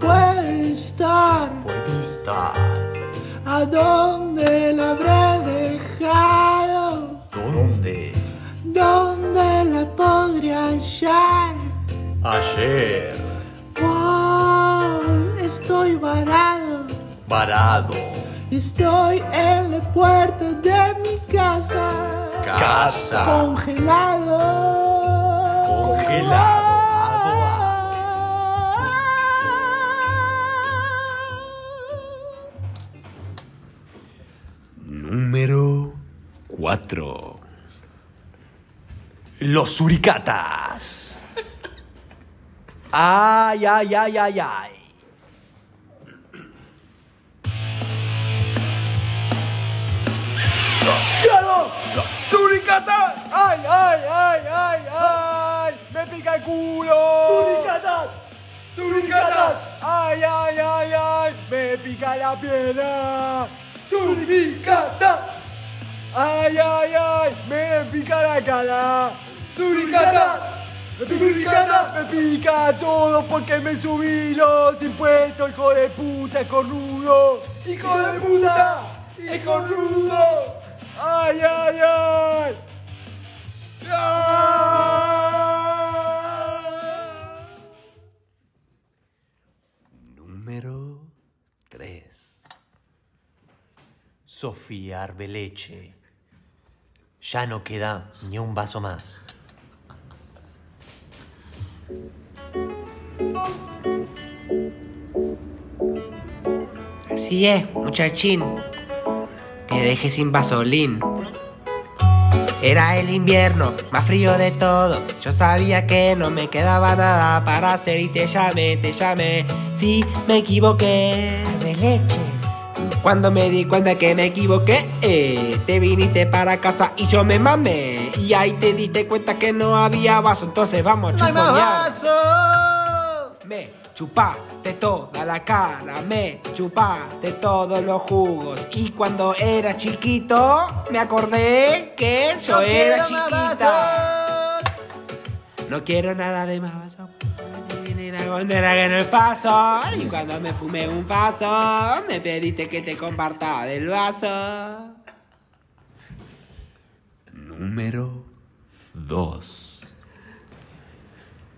puede estar?
Puede estar.
¿A dónde la habré dejado?
¿Dónde?
¿Dónde la podré hallar?
Ayer.
Wow, estoy varado.
Parado.
Estoy en la puerta de mi casa.
Casa.
Congelado.
Congelado.
Número 4.
Los suricatas. Ay, ay, ay, ay, ay.
¡Claro! ¡Suricata! ¡Ay, ay, ay, ay, ay! ¡Me pica el culo! ¡Suricata! ¡Suricata! ¡Ay, ay, ay, ay! ¡Me pica la pierna! ¡Suricata! ¡Ay, ay, ay! ¡Me pica la cara! ¡Suricata! ¡Suricata! ¡Me pica todo porque me subí los impuestos, hijo de puta, cornudo! ¡Hijo de puta! ¡Hijo rudo! ¡Ay, ay, ay! ¡Ah!
Número 3.
Sofía Arbeleche. Ya no queda ni un vaso más.
Así es, muchachín. Te dejé sin vasolín. Era el invierno, más frío de todo. Yo sabía que no me quedaba nada para hacer y te llamé, te llamé. Sí, me equivoqué. De leche. Cuando me di cuenta que me equivoqué, eh, te viniste para casa y yo me mamé. Y ahí te diste cuenta que no había vaso, entonces vamos a
¡No hay más
chuponear.
vaso!
Me chupaste toda la cara, me chupaste todos los jugos. Y cuando era chiquito, me acordé que yo
No quiero
era
más
chiquita. No quiero nada de más vaso. Era cuando era que no paso. Y cuando me fumé un paso, me pediste que te comparta del vaso.
Número
2.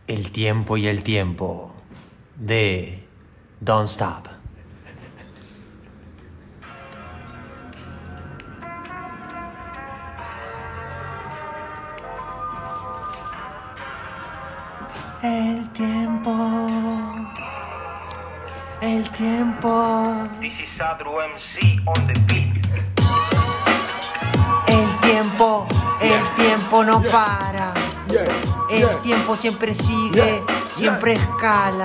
El tiempo y el tiempo de Don't Stop.
El tiempo. El tiempo.
This is Sadru MC on the beat.
El tiempo, el tiempo no para. el tiempo siempre sigue, siempre escala.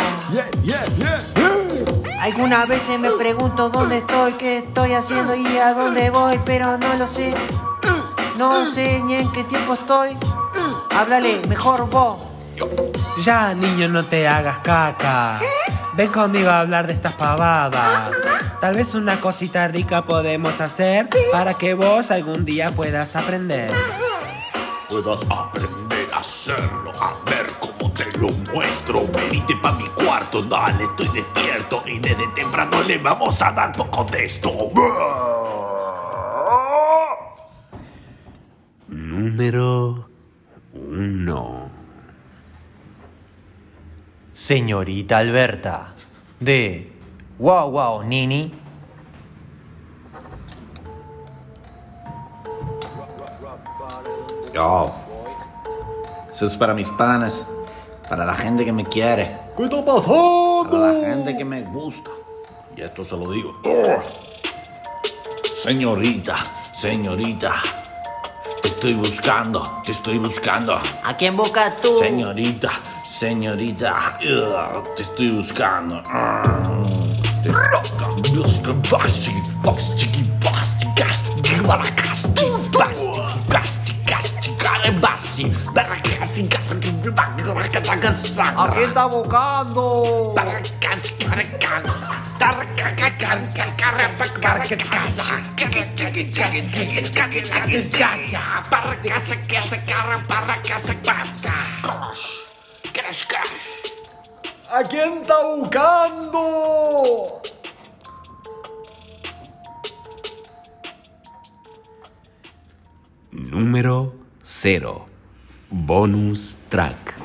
Algunas veces me pregunto dónde estoy, qué estoy haciendo y a dónde voy, pero no lo sé. No sé ni en qué tiempo estoy. Háblale, mejor vos.
Ya, niño, no te hagas caca. Ven conmigo a hablar de estas
Ah,
pavadas. Tal vez una cosita rica podemos hacer para que vos algún día puedas aprender.
Ah,
Puedas aprender a hacerlo, a ver cómo te lo muestro. Venite pa' mi cuarto, dale, estoy despierto. Y desde temprano le vamos a dar poco de esto.
Número 1.
Señorita Alberta de Wow Wow Nini.
Yo. Eso es para mis panas. Para la gente que me quiere.
¿Qué está pasando?
Para la gente que me gusta. Oh. Y esto se lo digo. Señorita, señorita. Te estoy buscando, te estoy buscando.
¿A quién buscas tú?
Señorita, señorita. Ugh, Te estoy buscando. Mm. Te-
¿A quién está buscando? ¿A quién está buscando?
Número 0. Bonus track.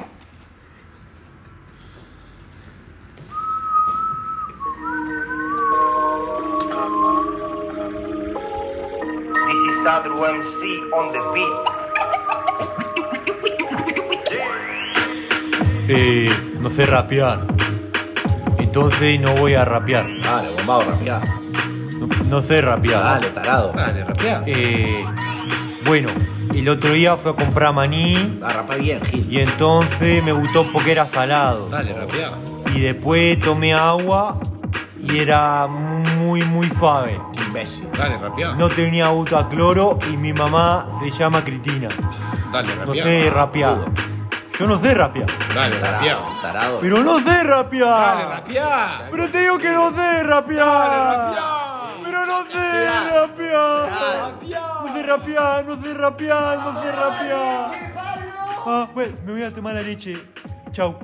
This is Sadru MC on the beat.
Eh, no sé rapear. Entonces no voy a rapear. Dale, bombado, rapear. No, no sé rapear. Dale, tarado. Dale, rapear. Eh, bueno, el otro día fui a comprar maní. A rapar Ah, bien, Y entonces me gustó porque era salado. Dale, rapear. Y después tomé agua y era muy, muy suave. Imbécil.
Dale, rapeá.
No tenía gusto a cloro y mi mamá se llama Cristina.
Dale,
No
rapeá.
sé rapear. Yo no sé rapear.
Dale, rapeá.
Tarado.
Pero no sé rapear.
Dale,
rapear.
Pero te digo que no sé rapear.
Pero no sé rapear. No sé rapear, no sé rapear, no sé rapear.
Ah, bueno, me voy a tomar la leche. Chau.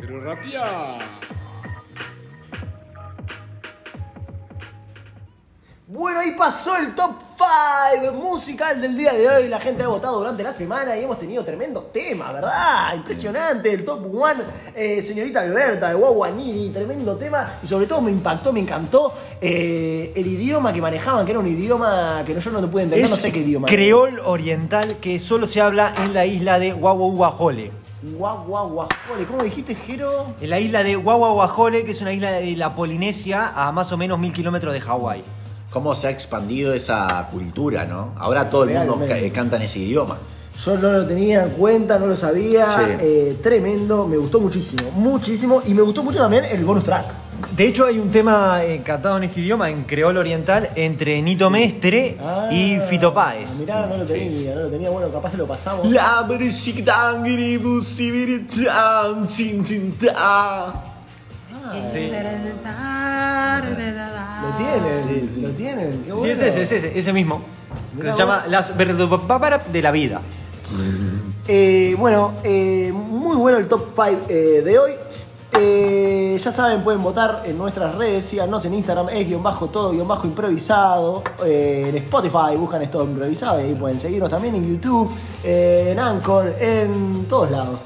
Pero rapia.
Bueno, ahí pasó el top 5 musical del día de hoy. La gente ha votado durante la semana y hemos tenido tremendos temas, ¿verdad? Impresionante. El top 1, señorita Alberta de Wawanini, tremendo tema. Y sobre todo me impactó, me encantó eh, el idioma que manejaban, que era un idioma Ah, que no- yo no lo pude entender,
Es
no sé qué idioma. era.
Creol oriental que solo se habla en la isla de Guaguaguajole.
Guaguaguajole, ¿cómo dijiste, Jero?
En la isla de Guaguaguajole, que es una isla de la Polinesia a más o menos mil kilómetros de Hawái.
¿Cómo se ha expandido esa cultura, no? Ahora todo el mundo ca-
Realmente.
canta en ese idioma.
Yo no lo tenía en cuenta, no lo sabía.
Sí.
Eh, tremendo, me gustó muchísimo, muchísimo. Y me gustó mucho también el bonus track.
De hecho, hay un tema eh, cantado en este idioma, en creol oriental, entre Nito Mestre
Ah.
y Fito Páez. Ah.
Mirá, no lo tenía, no lo tenía. Bueno, capaz se lo pasamos. Lo tienen, lo tienen. Qué
Sí,
bueno.
es ese, es ese, ese mismo. Que
Mirá
se llama
vos.
Las Verdopapara de la Vida.
Eh, bueno, eh, muy bueno el top 5 de hoy. Eh, ya saben, pueden votar en nuestras redes, síganos en Instagram, es guión bajo todo, guión bajo improvisado. Eh, en Spotify buscan esto improvisado y ahí pueden seguirnos también en YouTube, eh, en Anchor, en todos lados.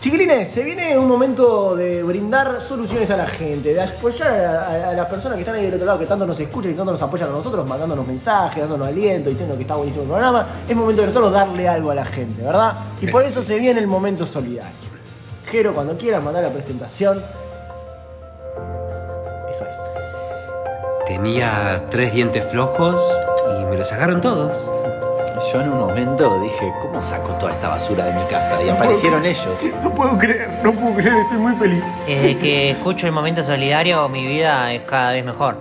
Chiquilines, se viene un momento de brindar soluciones a la gente, de apoyar a, a- a las personas que están ahí del otro lado, que tanto nos escuchan y tanto nos apoyan a nosotros, mandándonos mensajes, dándonos aliento, diciendo que está buenísimo el programa. Es momento de nosotros darle algo a la gente, ¿verdad? Y por eso se viene el momento solidario. Jero, cuando quieras mandar la presentación. Eso es.
Tenía tres dientes flojos y me los sacaron todos.
Yo en un momento dije, ¿cómo saco toda esta basura de mi casa? Y
No
aparecieron
puedo
ellos.
No puedo creer, no puedo creer, estoy muy feliz.
Desde que escucho el momento solidario, mi vida es cada vez mejor.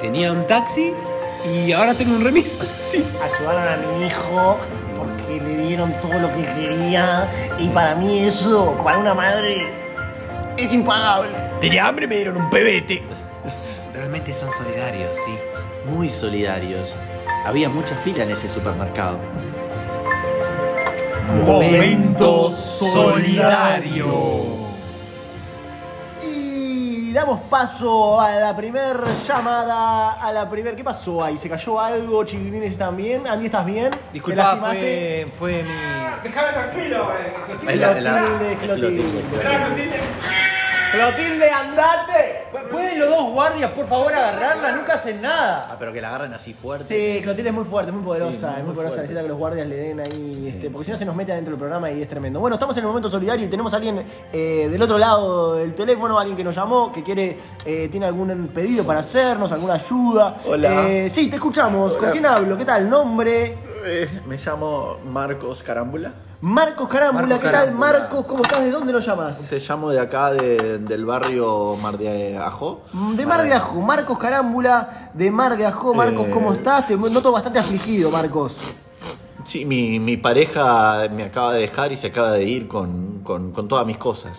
Tenía un taxi y ahora tengo un remis. Sí.
Ayudaron a mi hijo porque le dieron todo lo que quería y para mí eso, para una madre, es impagable.
Tenía hambre y me dieron un pebete. Realmente son solidarios, sí.
Muy solidarios. Había mucha fila en ese supermercado.
Momento
solidario.
Y damos paso a la primer llamada, a la primer... ¿Qué pasó ahí? ¿Se cayó algo? ¿Chiquilines también? ¿Andy, estás bien? ¿Te
Disculpa,
lastimaste?
fue, fue mi.
Déjame tranquilo, eh.
Clotilde, Clotilde. Clotilde, andate.
¿Pueden los dos guardias, por favor, agarrarla? Nunca hacen nada.
Ah, pero que la agarren así fuerte.
Sí, Clotilde es muy fuerte, es muy poderosa,
Sí, muy
es muy, poderosa,
fuerte.
necesita que los guardias le den ahí, este, porque si no se nos mete adentro del programa y es tremendo. Bueno, estamos en el momento solidario y tenemos a alguien eh, del otro lado del teléfono, alguien que nos llamó, que quiere, eh, tiene algún pedido para hacernos, alguna ayuda.
Hola.
Eh, sí, te escuchamos, ¿con
Hola.
quién hablo? ¿Qué tal? ¿Nombre?
Eh, me llamo Marcos Carambula.
Marcos Carámbula,
Marcos
¿qué tal
Carámbula.
Marcos? ¿Cómo estás? ¿De dónde nos llamas?
Te llamo de acá, de- del barrio Mar de Ajo.
Mm, De Mar de Ajo, Marcos Carámbula, de Mar de Ajo, Marcos,
Eh.
¿cómo estás? Te noto bastante afligido, Marcos.
Sí, mi, mi pareja me acaba de dejar y se acaba de ir con, con- con todas mis cosas.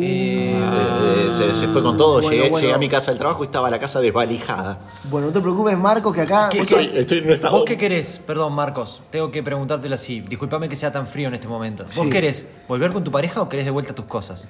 Eh, eh, se, se fue con todo.
Uh. Bueno,
llegué,
bueno.
llegué a mi casa del trabajo y estaba la casa desvalijada.
Bueno, no te preocupes, Marcos, que acá.
¿Qué-
vos
qué-
sabés-
¿Vos qué querés? Perdón, Marcos, tengo que preguntártelo así. Disculpame que sea tan frío en este momento. ¿Vos
Sí.
querés volver con tu pareja o querés de vuelta tus cosas?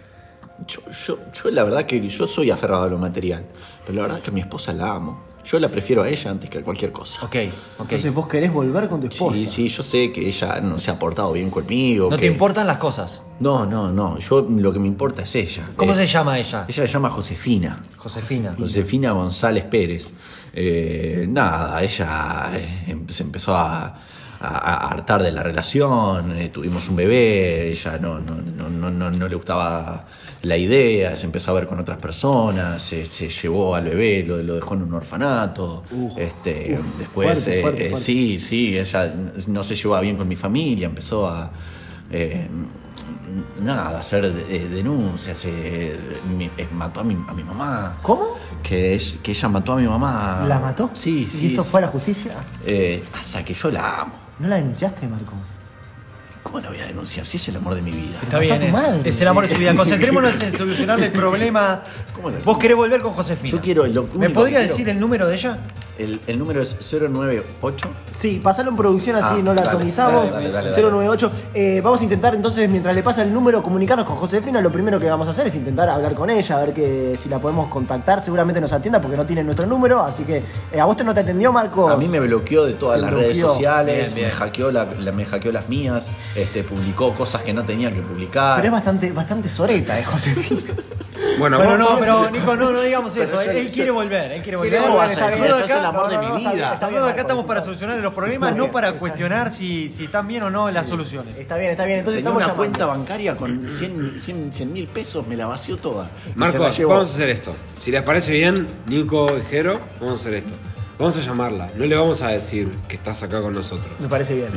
Yo, yo, yo la verdad que yo soy aferrado a lo material. Pero la verdad que a mi esposa la amo. Yo la prefiero a ella antes que a cualquier cosa.
Ok, ok.
Entonces vos querés volver con tu esposa.
Sí, sí, yo sé que ella no se ha portado bien conmigo.
No
que-
te importan las cosas.
No, no, no. Yo lo que me importa es ella.
¿Cómo
Eh,
se llama ella?
Ella se llama Josefina.
Josefina.
Josefina González Pérez. Eh, nada, ella eh, em- se empezó a, a- a hartar de la relación, eh, tuvimos un bebé, ella no, no, no, no, no- no le gustaba la idea, se empezó a ver con otras personas, se, se llevó al bebé, lo, lo dejó en un orfanato. este,
uf,
después,
fuerte,
eh,
fuerte,
eh,
fuerte.
sí, sí, ella no se llevaba bien con mi familia, empezó a... eh, nada, hacer eh, denuncias, eh, mi- eh, mató a mi, a mi mamá.
¿Cómo?
Que, es- que ella mató a mi mamá.
¿La mató?
Sí, sí.
¿Y esto
sí.
fue a la justicia?
Eh, pasa que yo la amo.
¿No la denunciaste, Marcos?
¿Cómo la voy a denunciar? Si es el amor de mi vida.
Está bien, es, es el amor de su vida. Concentrémonos en solucionar el problema.
¿Cómo la-
Vos querés volver con Josefina.
Yo quiero lo
¿Me
único
podría
que
decir el número de ella?
quiero- El, el número es 098.
Sí, pasalo en producción así
Ah,
no la
dale,
atomizamos.
dale, dale, dale,
098. Eh, vamos a intentar entonces, mientras le pasa el número, comunicarnos con Josefina. Lo primero que vamos a hacer es intentar hablar con ella, a ver que, si la podemos contactar. Seguramente nos atienda porque no tiene nuestro número. Así que, eh, ¿a vos te no te atendió, Marcos?
A mí me bloqueó de todas
Te
las redes
bloqueó.
sociales,
Bien, bien.
Me, hackeó la- la- me hackeó las mías, este, publicó cosas que no tenía que publicar.
Pero es bastante, bastante soreta, eh, Josefina.
Bueno,
Pero
vos-
no, pero Nico, no, no digamos
Pero
eso.
yo-
Él, él
yo-
quiere volver, él quiere volver.
Quiere volver, está bien,
Nosotros
sos el amor de mi
está bien,
vida.
está bien, Nosotros acá estamos para solucionar los problemas, no para cuestionar si, si están bien o no las soluciones.
Está bien, está bien.
Tenía una cuenta bancaria con 100 100 100 mil pesos, me la vació toda. Y se la
Marcos,
llevó.
vamos a hacer esto. Si les parece bien, Nico y Jero, vamos a hacer esto. Vamos a llamarla. No le vamos a decir que estás acá con nosotros.
Me parece bien.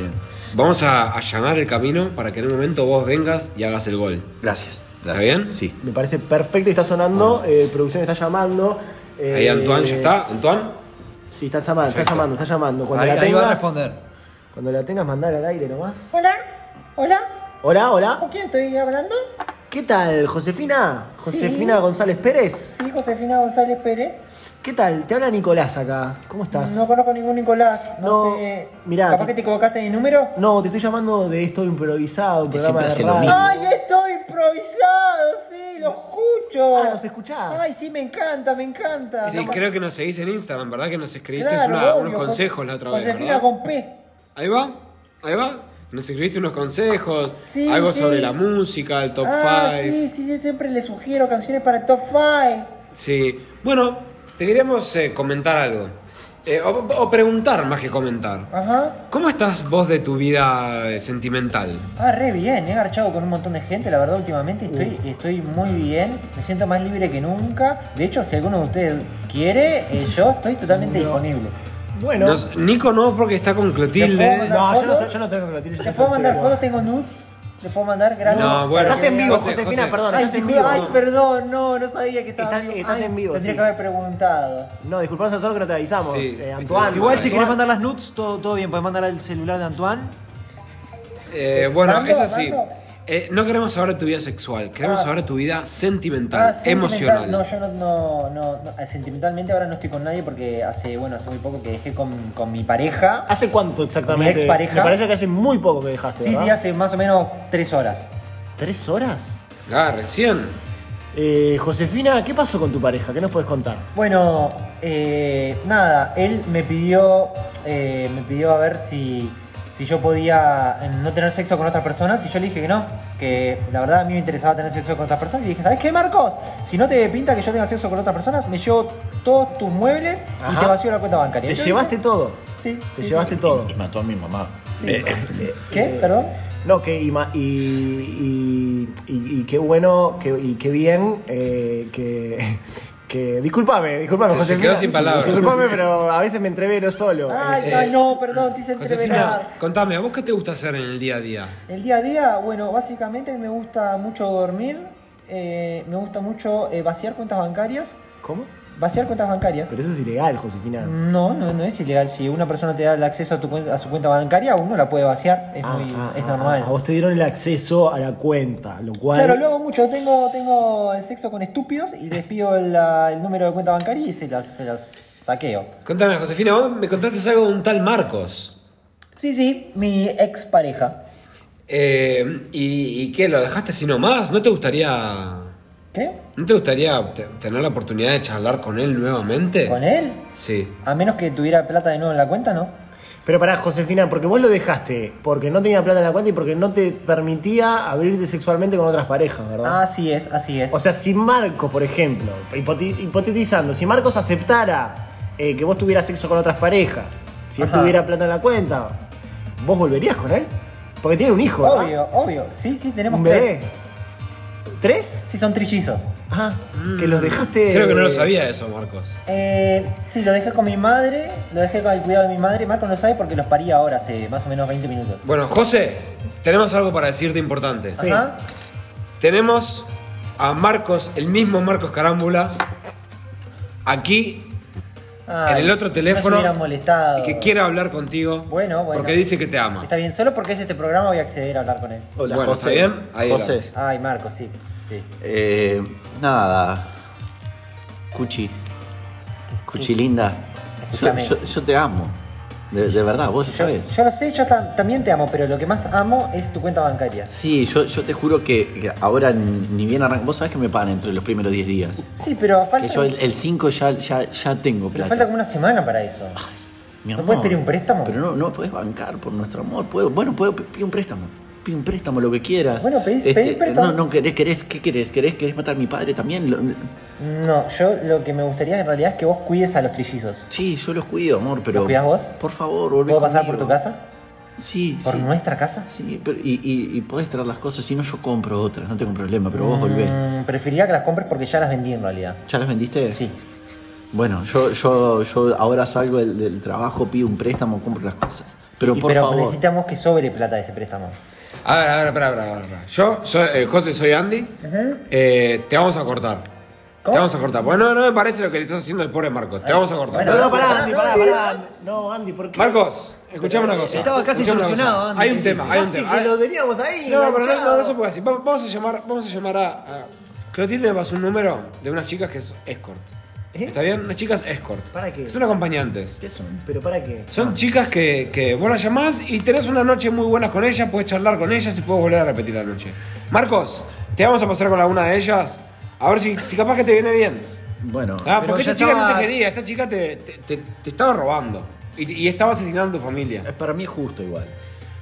Vamos a allanar el camino para que en un momento vos vengas y hagas el gol.
Gracias.
¿Está bien?
Sí.
Me parece perfecto y está sonando. eh, producción está llamando. eh,
Ahí Antoine ya está. Antoine.
Sí, está llamando, está
Perfecto.
llamando, está llamando. Cuando la tengas. Cuando la tengas, mandala al aire nomás.
Hola, hola,
Hola, hola.
¿con quién estoy hablando?
¿Qué tal, Josefina? Josefina
Sí.
González Pérez.
Sí, Josefina González Pérez.
¿Qué tal? Te habla Nicolás acá. ¿Cómo estás?
No conozco ningún Nicolás. No,
No,
sé.
mirá,
¿Capaz
te-
que te equivocaste de número?
No, te estoy llamando de esto improvisado, un programa de radio.
¡Ay, estoy improvisado! Sí, lo escucho.
Ah, nos escuchás.
Ay, sí, me encanta, me encanta.
Sí,
Capaz-
creo que nos seguís en Instagram, ¿verdad? Que nos escribiste
Claro,
una-
obvio,
unos
con-
consejos la otra vez,
Josefina
¿verdad?
con P.
Ahí va, ahí va. Nos escribiste unos consejos,
Sí,
algo
sí.
sobre la música, el top
ah,
5.
sí, sí, yo siempre le sugiero canciones para el top 5.
Sí, bueno, te queríamos eh, comentar algo. Eh, o, o preguntar más que comentar.
Ajá.
¿Cómo estás vos de tu vida eh, sentimental?
Ah, re bien, he garchado con un montón de gente, la verdad últimamente estoy, estoy muy bien, me siento más libre que nunca. De hecho, si alguno de ustedes quiere, eh, yo estoy totalmente disponible.
Bueno.
Nos- Nico no, porque está con Clotilde.
No, yo no, estoy- yo no tengo que lo
¿Les puedo mandar fotos? ¿Tengo nudes? ¿Les puedo mandar? Gracias.
No, bueno.
Estás en vivo,
José,
Josefina,
José.
perdón,
Ay,
estás en
disculpa,
vivo.
Ay, perdón, no, no sabía que estaba en vivo.
estás
Ay,
en vivo,
Tendría
sí.
que haber preguntado.
No, disculpanos a nosotros que no te avisamos.
Sí.
Eh, Antoine.
Igual si querés
Antoine.
mandar las nudes, todo, todo bien, podés mandar al celular de Antoine.
Eh, bueno,
Mando,
es así.
mando.
Eh, no queremos saber tu vida sexual, queremos
Ah.
saber tu vida sentimental,
Ah, sentimental.
emocional.
No, yo no, no, no, no, eh, Sentimentalmente ahora no estoy con nadie porque hace, bueno, hace muy poco que dejé con, con mi pareja.
¿Hace cuánto exactamente?
Mi expareja.
Me parece que hace muy poco que dejaste.
Sí,
¿verdad?
sí, hace más o menos tres horas.
¿Tres horas?
Ah, recién.
Eh, Josefina, ¿qué pasó con tu pareja? ¿Qué nos puedes contar?
Bueno, eh, nada, él me pidió, eh, me pidió a ver si, si yo podía eh, no tener sexo con otras personas y yo le dije que no, que la verdad a mí me interesaba tener sexo con otras personas y dije, ¿sabes qué, Marcos? Si no te pinta que yo tenga sexo con otras personas, me llevo todos tus muebles y
Ajá.
te vacío la cuenta bancaria.
¿Te
Entonces,
llevaste todo?
Sí.
Te llevaste todo.
Y mató a mi mamá. Eh,
¿Qué? ¿Perdón?
Eh, No, que y, ma- y, y- y- y qué bueno que, y qué bien eh, que. que disculpame, disculpame,
Se- se
Josefina.
quedó sin palabras.
Disculpame, pero a veces me entrevero solo.
Ay,
Eh,
ay, no, perdón, te hice entreverar.
Josefina, contame, ¿a vos qué te gusta hacer en el día a día?
El día a día, bueno, básicamente a mí me gusta mucho dormir, eh, me gusta mucho eh, vaciar cuentas bancarias.
¿Cómo?
Vaciar cuentas bancarias.
Pero eso es ilegal, Josefina.
No, no, no es ilegal. Si una persona te da el acceso a, tu cuen- a su cuenta bancaria, uno la puede vaciar, es,
Ah,
muy,
ah,
es
ah,
normal.
A vos te dieron el acceso a la cuenta, lo cual.
Claro, lo hago mucho. Tengo, tengo el sexo con estúpidos y les pido el, la- el número de cuenta bancaria y se las, se las saqueo.
Contame, Josefina, vos me contaste algo de un tal Marcos.
Sí, sí, mi expareja.
Eh, ¿y, y qué? ¿Lo dejaste así nomás? ¿No te gustaría.
¿Qué?
¿No te gustaría te- tener la oportunidad de charlar con él nuevamente?
¿Con él?
Sí.
A menos que tuviera plata de nuevo en la cuenta, ¿no?
Pero pará, Josefina, porque vos lo dejaste porque no tenía plata en la cuenta y porque no te permitía abrirte sexualmente con otras parejas, ¿verdad?
Así es, así es.
O sea, si Marcos, por ejemplo, hipoti- hipotetizando, si Marcos aceptara eh, que vos tuvieras sexo con otras parejas, si él
Ajá.
tuviera plata en la cuenta, ¿vos volverías con él? Porque tiene un hijo, ¿verdad?
Obvio, obvio. Sí, sí, tenemos
Un
tres.
bebé. ¿Tres?
Sí, son trillizos.
Ah, que los dejaste.
Creo que eh, no lo sabía eso, Marcos.
Eh, sí, lo dejé con mi madre, lo dejé con el cuidado de mi madre. Marco no sabe porque los paría ahora hace más o menos 20 minutos.
Bueno, José, tenemos algo para decirte importante.
Ajá.
Tenemos a Marcos, el mismo Marcos Carámbula, aquí,
Ay,
en el otro
Ah, No se
teléfono,
hubieran molestado.
y que quiere hablar contigo
Ah. Bueno, bueno.
porque dice que te ama.
Está bien, solo porque es este programa voy a acceder a hablar con él.
Hola, Bueno, José. ¿está bien? Ahí
José.
adelante.
Ay, Marco, sí. sí.
Eh, nada. Cuchi. Cuchi linda. Yo, yo- yo te amo. De, de verdad, vos lo sabés.
Yo lo sé, yo ta- también te amo, pero lo que más amo es tu cuenta bancaria.
Sí, yo, yo te juro que, que ahora ni bien arranca. Vos sabés que me pagan entre los primeros 10 días.
Sí, pero falta,
Que yo el 5 ya, ya, ya tengo
pero
plata.
falta como una semana para eso.
Mi
¿No puedes
amor,
pedir un préstamo?
Pero no, no puedes bancar por nuestro amor. Puedo, bueno, puedo pedir un préstamo. Pide un préstamo, lo que quieras. Este,
Bueno, pedís- pedí préstamo.
No, no, querés, querés, ¿qué querés? ¿Querés, querés matar a mi padre también? Lo-
No, yo lo que me gustaría en realidad es que vos cuides a los trillizos.
Sí, yo los cuido, amor, pero.
¿Los cuidás vos?
Por favor, volvé
¿Puedo pasar por
conmigo.
tu casa?
Sí,
¿Por
sí.
nuestra casa?
Sí, pero- y, y, y podés traer las cosas, si no yo compro otras, no tengo problema, pero vos
Mm,
volvés.
preferiría que las compres porque ya las vendí en realidad.
¿Ya las vendiste?
Sí.
Bueno, yo, yo, yo ahora salgo del, del trabajo, pido un préstamo, compro las cosas. pero
Y-
por
pero
favor.
necesitamos que sobre plata de ese préstamo.
A ver, a ver, espera, espera, espera, espera. Yo, soy, eh, José, soy Andy. Eh, te vamos a cortar. Te vamos a cortar. Bueno, no me parece lo que le estás haciendo el pobre Marcos. Te vamos a cortar.
no, no, pará, Andy, pará, pará. No, Andy, ¿por qué?
Marcos, escuchame una cosa.
Estaba casi
Escuchame una
solucionado,
cosa.
Andy.
Hay un tema, hay un
Casi
tema.
que
Hay-
lo teníamos ahí.
No, pero no,
enganchado.
no, no se puede así. Vamos- Vamos a llamar, vamos a, llamar a, a- Clotilde me pasó un número de unas chicas que es escort. ¿Está bien? Unas chicas escort.
¿Eh? ¿Para qué?
Son acompañantes.
¿Qué son?
¿Pero para qué? Ah.
Son chicas que, que vos las llamás y tenés una noche muy buena con ellas, puedes charlar con ellas y puedes volver a repetir la noche. Marcos, te vamos a pasar con alguna de ellas. A ver si, si capaz que te viene bien.
Bueno.
Ah,
pero
porque
ya
esta chica no
estaba-
te quería, esta chica te, te, te- te estaba robando. Y, y estaba asesinando a tu familia.
Para mí es justo igual.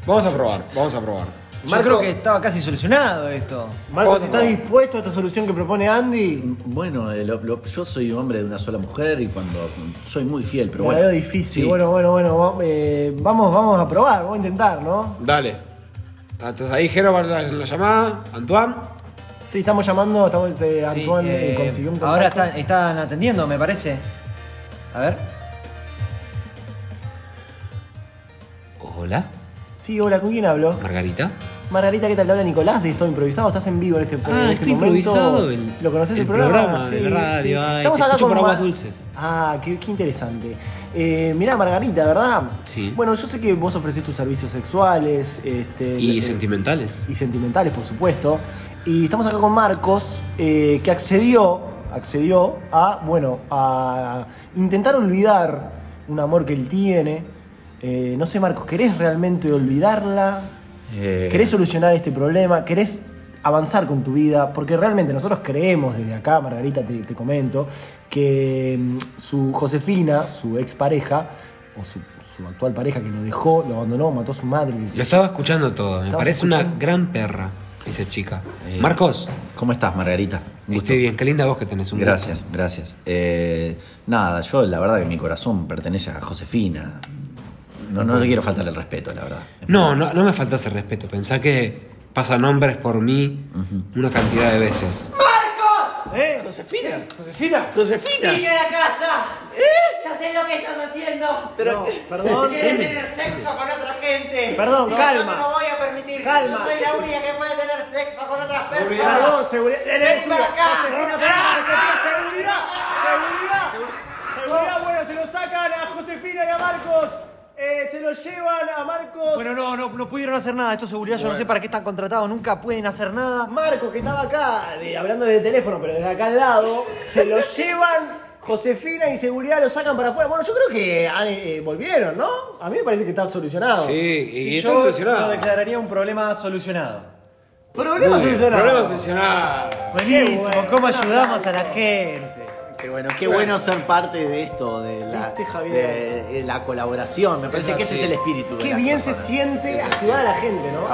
Vamos a probar, vamos a probar.
Yo creo que estaba casi solucionado esto.
Marcos, ¿estás dispuesto a esta solución que propone Andy?
Bueno, eh, lo- lo- yo soy hombre de una sola mujer y cuando soy muy fiel, pero
La
bueno.
veo difícil.
Sí.
Bueno, bueno, bueno. va- eh, vamos, vamos a probar, vamos a intentar, ¿no?
Dale. Ah, Estás ahí, Jero, para la, la llamada. Antoine.
Sí, estamos llamando, estamos, este,
Sí,
Antoine eh,
eh,
consiguió un
ahora están,
contacto.
están atendiendo, me parece. A ver.
Hola,
Sí, hola, ¿con quién hablo?
Margarita. Ah,
Margarita, ¿qué tal? Te habla Nicolás de Estoy Improvisado. Estás en vivo en este, en este
estoy
momento.
improvisado, el-
¿Lo conoces el,
el
programa?
programa de radio, ay,
Estamos
te
acá
escucho
con
por aguas
Ma-
dulces.
Ah, qué, qué interesante. Eh, mirá, Margarita, ¿verdad?
Sí.
Bueno, yo sé que vos ofrecés tus servicios sexuales. Este,
Y
eh,
sentimentales.
y sentimentales, por supuesto. Y estamos acá con Marcos, eh, que accedió, accedió a, bueno, a intentar olvidar un amor que él tiene. Eh, no sé, Marcos, ¿querés realmente olvidarla?
Eh,
¿Querés solucionar este problema? ¿Querés avanzar con tu vida? Porque realmente nosotros creemos desde acá, Margarita, te, te comento, que mm, su Josefina, su expareja, o su, su actual pareja que lo dejó, lo abandonó, mató a su madre. y
Lo
se-
estaba escuchando todo. Me
Estabas
parece una
escuchando.
gran perra esa chica.
Eh,
Marcos.
¿Cómo estás, Margarita?
Eh, Estoy bien. Qué linda voz que tenés. Un
Gracias,
gusto.
gracias. Eh, nada, yo la verdad que mi corazón pertenece a Josefina. No, no le quiero faltarle el respeto, la verdad.
No, no, no me falta ese respeto. Pensá que pasan hombres por mí una cantidad de veces.
¡Marcos!
¿Eh?
¡Josefina!
¡Josefina!
¡Vine a la casa! ¿Eh? ¡Ya sé lo que estás haciendo! Pero,
perdón.
¡Quieres tener sexo con otra gente!
Perdón,
no,
calma.
No te lo voy a permitir.
Calma.
Yo soy la única que puede tener sexo con otras
Seguridad.
personas.
Perdón, seguridad. En el
¡Ven
estudio.
para acá!
Josefina, pará, Josefina, seguridad. Seguridad. Seguridad, bueno, se lo sacan a Josefina y a Marcos. Eh, se lo llevan a Marcos.
Bueno, no, no, no pudieron hacer nada. Esto es seguridad, yo no sé para qué están contratados, nunca pueden hacer nada.
Marcos, que estaba acá, de- hablando del teléfono, pero desde acá al lado, se lo llevan. Josefina y seguridad lo sacan para afuera. Bueno, yo creo que ah, eh, eh, volvieron, ¿no? A mí me parece que está solucionado.
Sí, yo lo declararía un problema solucionado.
Problema
Muy bien,
solucionado.
problema
solucionado.
Buenísimo,
Qué bueno.
cómo ayudamos a la gente.
Qué bueno, qué bueno ser parte de esto, de la,
Este
de- de la colaboración. Me parece
Es
que ese
así.
es el espíritu. de
Qué
las
bien
personas.
se siente ayudar a la gente, ¿no?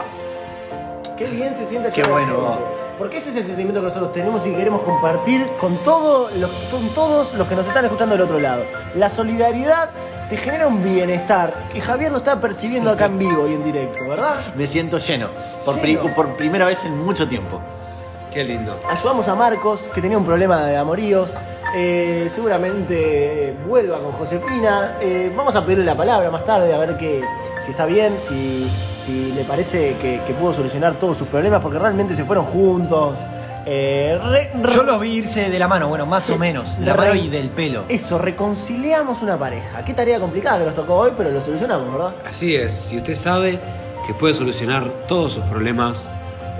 Qué bien se siente
Qué
ayudar a
bueno.
la gente. Porque ese es el sentimiento que nosotros tenemos y queremos compartir con, todo los- con todos los que nos están escuchando del otro lado. La solidaridad te genera un bienestar que Javier lo está percibiendo acá en vivo y en directo, ¿verdad?
Me siento lleno. Por, pri-
Lleno.
por primera vez en mucho tiempo.
Qué lindo.
Ayudamos a Marcos, que tenía un problema de amoríos. Eh, seguramente eh, vuelva con Josefina. Eh, vamos a pedirle la palabra más tarde a ver que, si está bien, si, si le parece que, que pudo solucionar todos sus problemas, porque realmente se fueron juntos. Eh, re- re-
Yo los vi irse de la mano, bueno, más o menos, de la mano
Re-
y del pelo.
Eso, reconciliamos una pareja. Qué tarea complicada que nos tocó hoy, pero lo solucionamos, ¿verdad?
Así es. Si usted sabe que puede solucionar todos sus problemas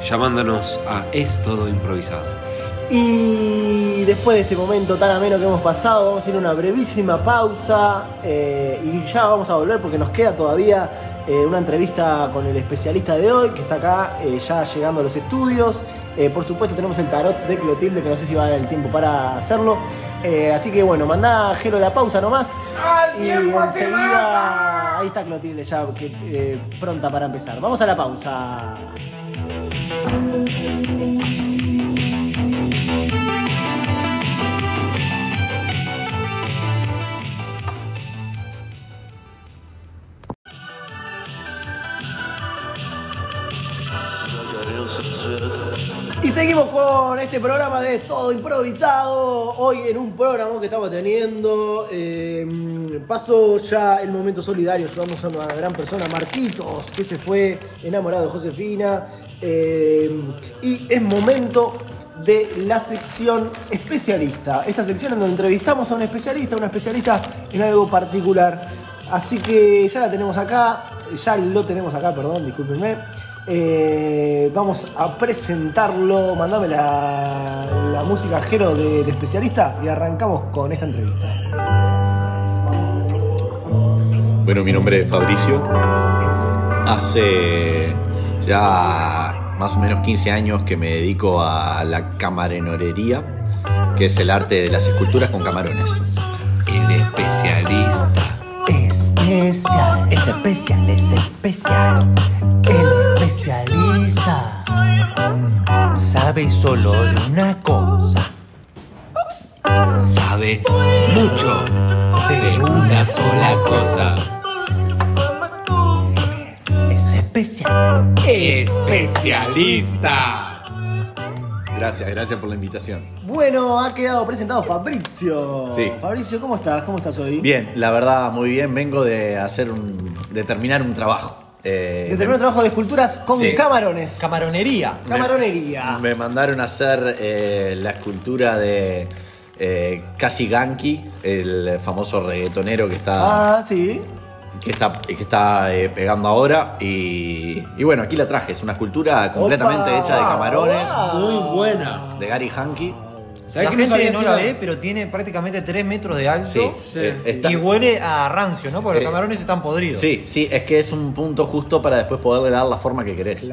llamándonos a Es Todo Improvisado.
Y después de este momento tan ameno que hemos pasado, vamos a ir a una brevísima pausa eh, y ya vamos a volver porque nos queda todavía eh, una entrevista con el especialista de hoy que está acá eh, ya llegando a los estudios. Eh, por supuesto tenemos el tarot de Clotilde que no sé si va a dar el tiempo para hacerlo. Eh, así que bueno, mandá a Jero la pausa nomás. Y enseguida ahí está Clotilde ya que, eh, pronta para empezar. Vamos a la pausa. Y seguimos con este programa de Todo Improvisado. Hoy en un programa que estamos teniendo. eh, pasó ya el momento solidario. Llevamos a una gran persona, Marquitos, que se fue enamorado de Josefina. Eh, y es momento de la sección especialista. Esta sección en donde entrevistamos a un especialista, una especialista en algo particular. Así que ya la tenemos acá, ya lo tenemos acá, perdón, discúlpenme. Eh, vamos a presentarlo, mandame la, la música Jero del especialista y arrancamos con esta entrevista.
Bueno, mi nombre es Fabricio. Hace ya más o menos 15 años que me dedico a la camarenería, que es el arte de las esculturas con camarones. El especialista.
Especial, es especial, es especial. El especialista sabe solo de una cosa.
Sabe mucho de una sola cosa.
Es especial.
Especialista. Gracias, gracias por la invitación.
Bueno, ha quedado presentado Fabricio.
Sí.
Fabricio, ¿cómo estás? ¿Cómo estás hoy?
Bien, la verdad, muy bien. Vengo de hacer un. de terminar un trabajo. Eh,
Determinado trabajo de esculturas con
Sí.
camarones.
Camaronería.
Camaronería.
Me mandaron a hacer eh, la escultura de eh, Casi Ganki, el famoso reggaetonero que está,
Ah, sí.
que está, que está eh, pegando ahora. Y, y bueno, aquí la traje. Es una escultura completamente
Opa.
hecha de camarones.
Muy
buena. De Gary Hanky.
La gente no la ve, pero tiene prácticamente 3 metros de alto
Sí, sí. Está-
y huele a rancio, ¿no? Porque
Eh,
los camarones están podridos.
Sí, sí, es que es un punto justo para después poderle dar la forma que querés.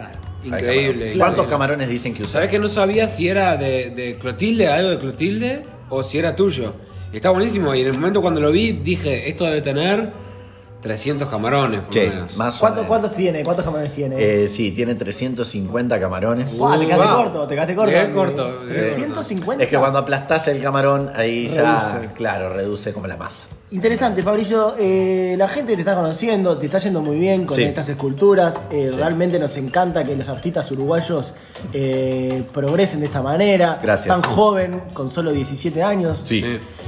Increíble.
¿Cuántos
increíble.
camarones dicen que usás?
Sabes que no sabía si era de, de Clotilde, algo de Clotilde, o si era tuyo. Está buenísimo. Y en el momento cuando lo vi, dije, esto debe tener 300 camarones. Por lo menos.
¿Cuántos, ¿Cuántos tiene? ¿Cuántos camarones tiene?
Eh, sí, tiene 350 camarones.
Buah, te quedaste corto, te quedaste corto. Eh, 350.
Es que cuando aplastás el camarón, ahí ya,
Reduce.
claro, reduce como la masa.
Interesante, Fabricio. Eh, la gente te está conociendo, te está yendo muy bien con
Sí.
estas esculturas. Eh, Realmente nos encanta que los artistas uruguayos eh, progresen de esta manera.
Gracias.
Tan joven, con solo 17 años.
sí.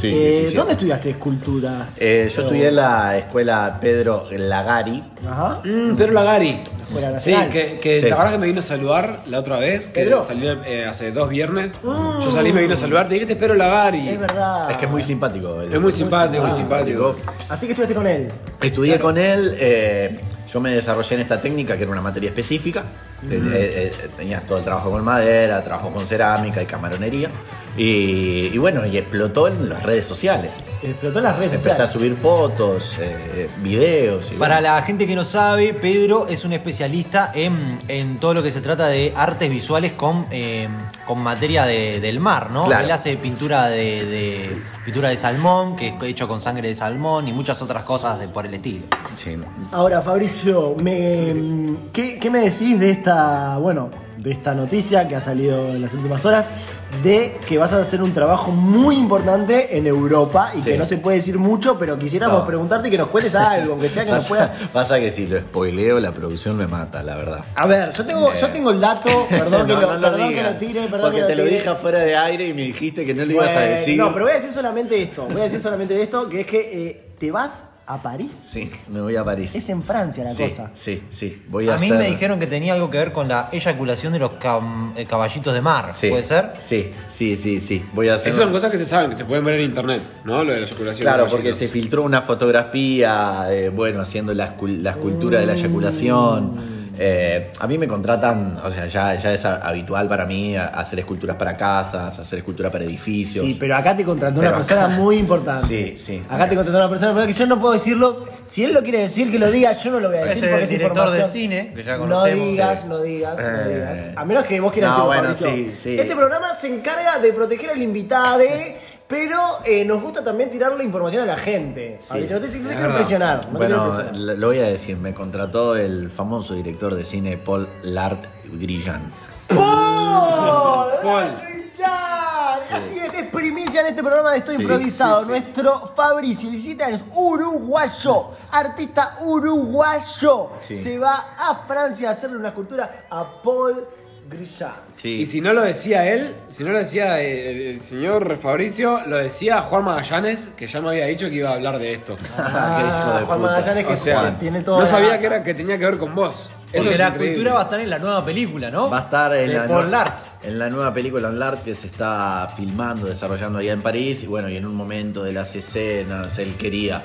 Eh, ¿Dónde estudiaste esculturas?
Eh, yo estudié en la escuela Pedro Lagari.
Ajá.
Pedro Lagari.
Escuela
Sí,
Nacional.
que, que
Sí.
la verdad que me vino a saludar la otra vez, que
¿Pedro?
salió eh, hace dos viernes. Yo salí, me vino a saludar, te dije, te espero Lagari.
Es verdad.
Es que es muy simpático. Ah,
Es muy simpático, muy simpático.
Así que estuviste con él.
Estudié con él, eh, yo me desarrollé en esta técnica que era una materia específica. Te-
Ujú.
eh, eh, Tenías todo el trabajo con madera, trabajo con cerámica y camaronería. Y, y bueno, y explotó en las redes sociales.
Explotó en las redes
Empecé a
sociales.
subir fotos, eh, videos. y
Para
bueno.
la gente que no sabe, Pedro es un especialista en, en todo lo que se trata de artes visuales con, eh, con materia de- del mar, ¿no?
Claro.
Él hace pintura de, de- pintura de salmón, que es hecho con sangre de salmón y muchas otras cosas de- por el estilo.
Ahora, Fabricio, me- ¿qué, qué me decís de esta, bueno, de esta noticia que ha salido en las últimas horas de que vas a hacer un trabajo muy importante en Europa y que no se puede decir mucho, pero quisiéramos
No.
preguntarte que nos cuentes algo, aunque sea que nos puedas
Pasa, pasa que si lo spoileo, la producción me mata, la verdad. Eh,
A ver, yo tengo, yo tengo el dato, perdón, que,
No,
lo,
no lo
perdón que
digas,
lo tire, perdón
Porque
que lo
te lo
tire.
dije afuera de aire y me dijiste que no lo ibas a
Bueno,
decir.
No, pero voy a decir solamente esto, voy a decir solamente esto, que es que eh, te vas a París.
Sí, me voy a París.
Es en Francia la
sí,
cosa.
Sí, sí. Voy a,
A mí
hacer-
me dijeron que tenía algo que ver con la eyaculación de los cam- eh, caballitos de mar,
Sí,
¿puede ser?
Sí, sí, sí, sí. Voy a hacer.
Esas son cosas que se saben, que se pueden ver en internet, ¿no? Lo de la eyaculación.
Claro,
de los
porque se
Mm.
filtró una fotografía, eh, bueno, haciendo la, escul- la escultura de la eyaculación. Eh, a mí me contratan, o sea, ya, ya es a- habitual para mí a- hacer esculturas para casas, hacer esculturas para edificios.
Sí, pero acá te contrató una
Pero
persona
acá-
muy importante.
Sí, sí.
Acá te contrató una persona, pero que yo no puedo decirlo. Si él lo quiere decir, que lo diga, yo no lo voy a
Ese
decir
es
porque
el
es
director
información.
de cine, que ya
no
conocemos,
digas,
sí.
no digas, no
Eh.
digas. A menos que vos quieras
No,
decirlo,
bueno,
Fabricio.
sí, sí.
Este programa se encarga de proteger al invitado, pero eh, nos gusta también tirarle información a la gente. Fabricio, no te, no te
Es
quiero
verdad.
presionar. No te quiero
bueno,
presionar.
lo lo voy a decir, me contrató el famoso director de cine Paul Lart Grillan.
¡Paul!
Paul.
Richard! Así es, es primicia en este programa de Estoy
Sí,
Improvisado. Nuestro Fabricio Licitanes, uruguayo, artista uruguayo,
Sí.
se va a Francia a hacerle una escultura a Paul Grillard.
Y si no lo decía él, si no lo decía eh, el, el señor Fabricio, lo decía Juan Magallanes, que ya me había dicho que iba a hablar de esto.
Ah, Qué hijo de Juan puta. Magallanes que
O sea,
Juan. tiene toda
No
la-
sabía que era que tenía que ver con vos. Eso
Porque
es
la
increíble.
cultura va a estar en la nueva película, ¿no?
Va a estar en
De
la,
Paul
nue-
Lart.
en la nueva película en Lart que se está filmando, desarrollando allá en París. Y bueno, y en un momento de las escenas, él quería.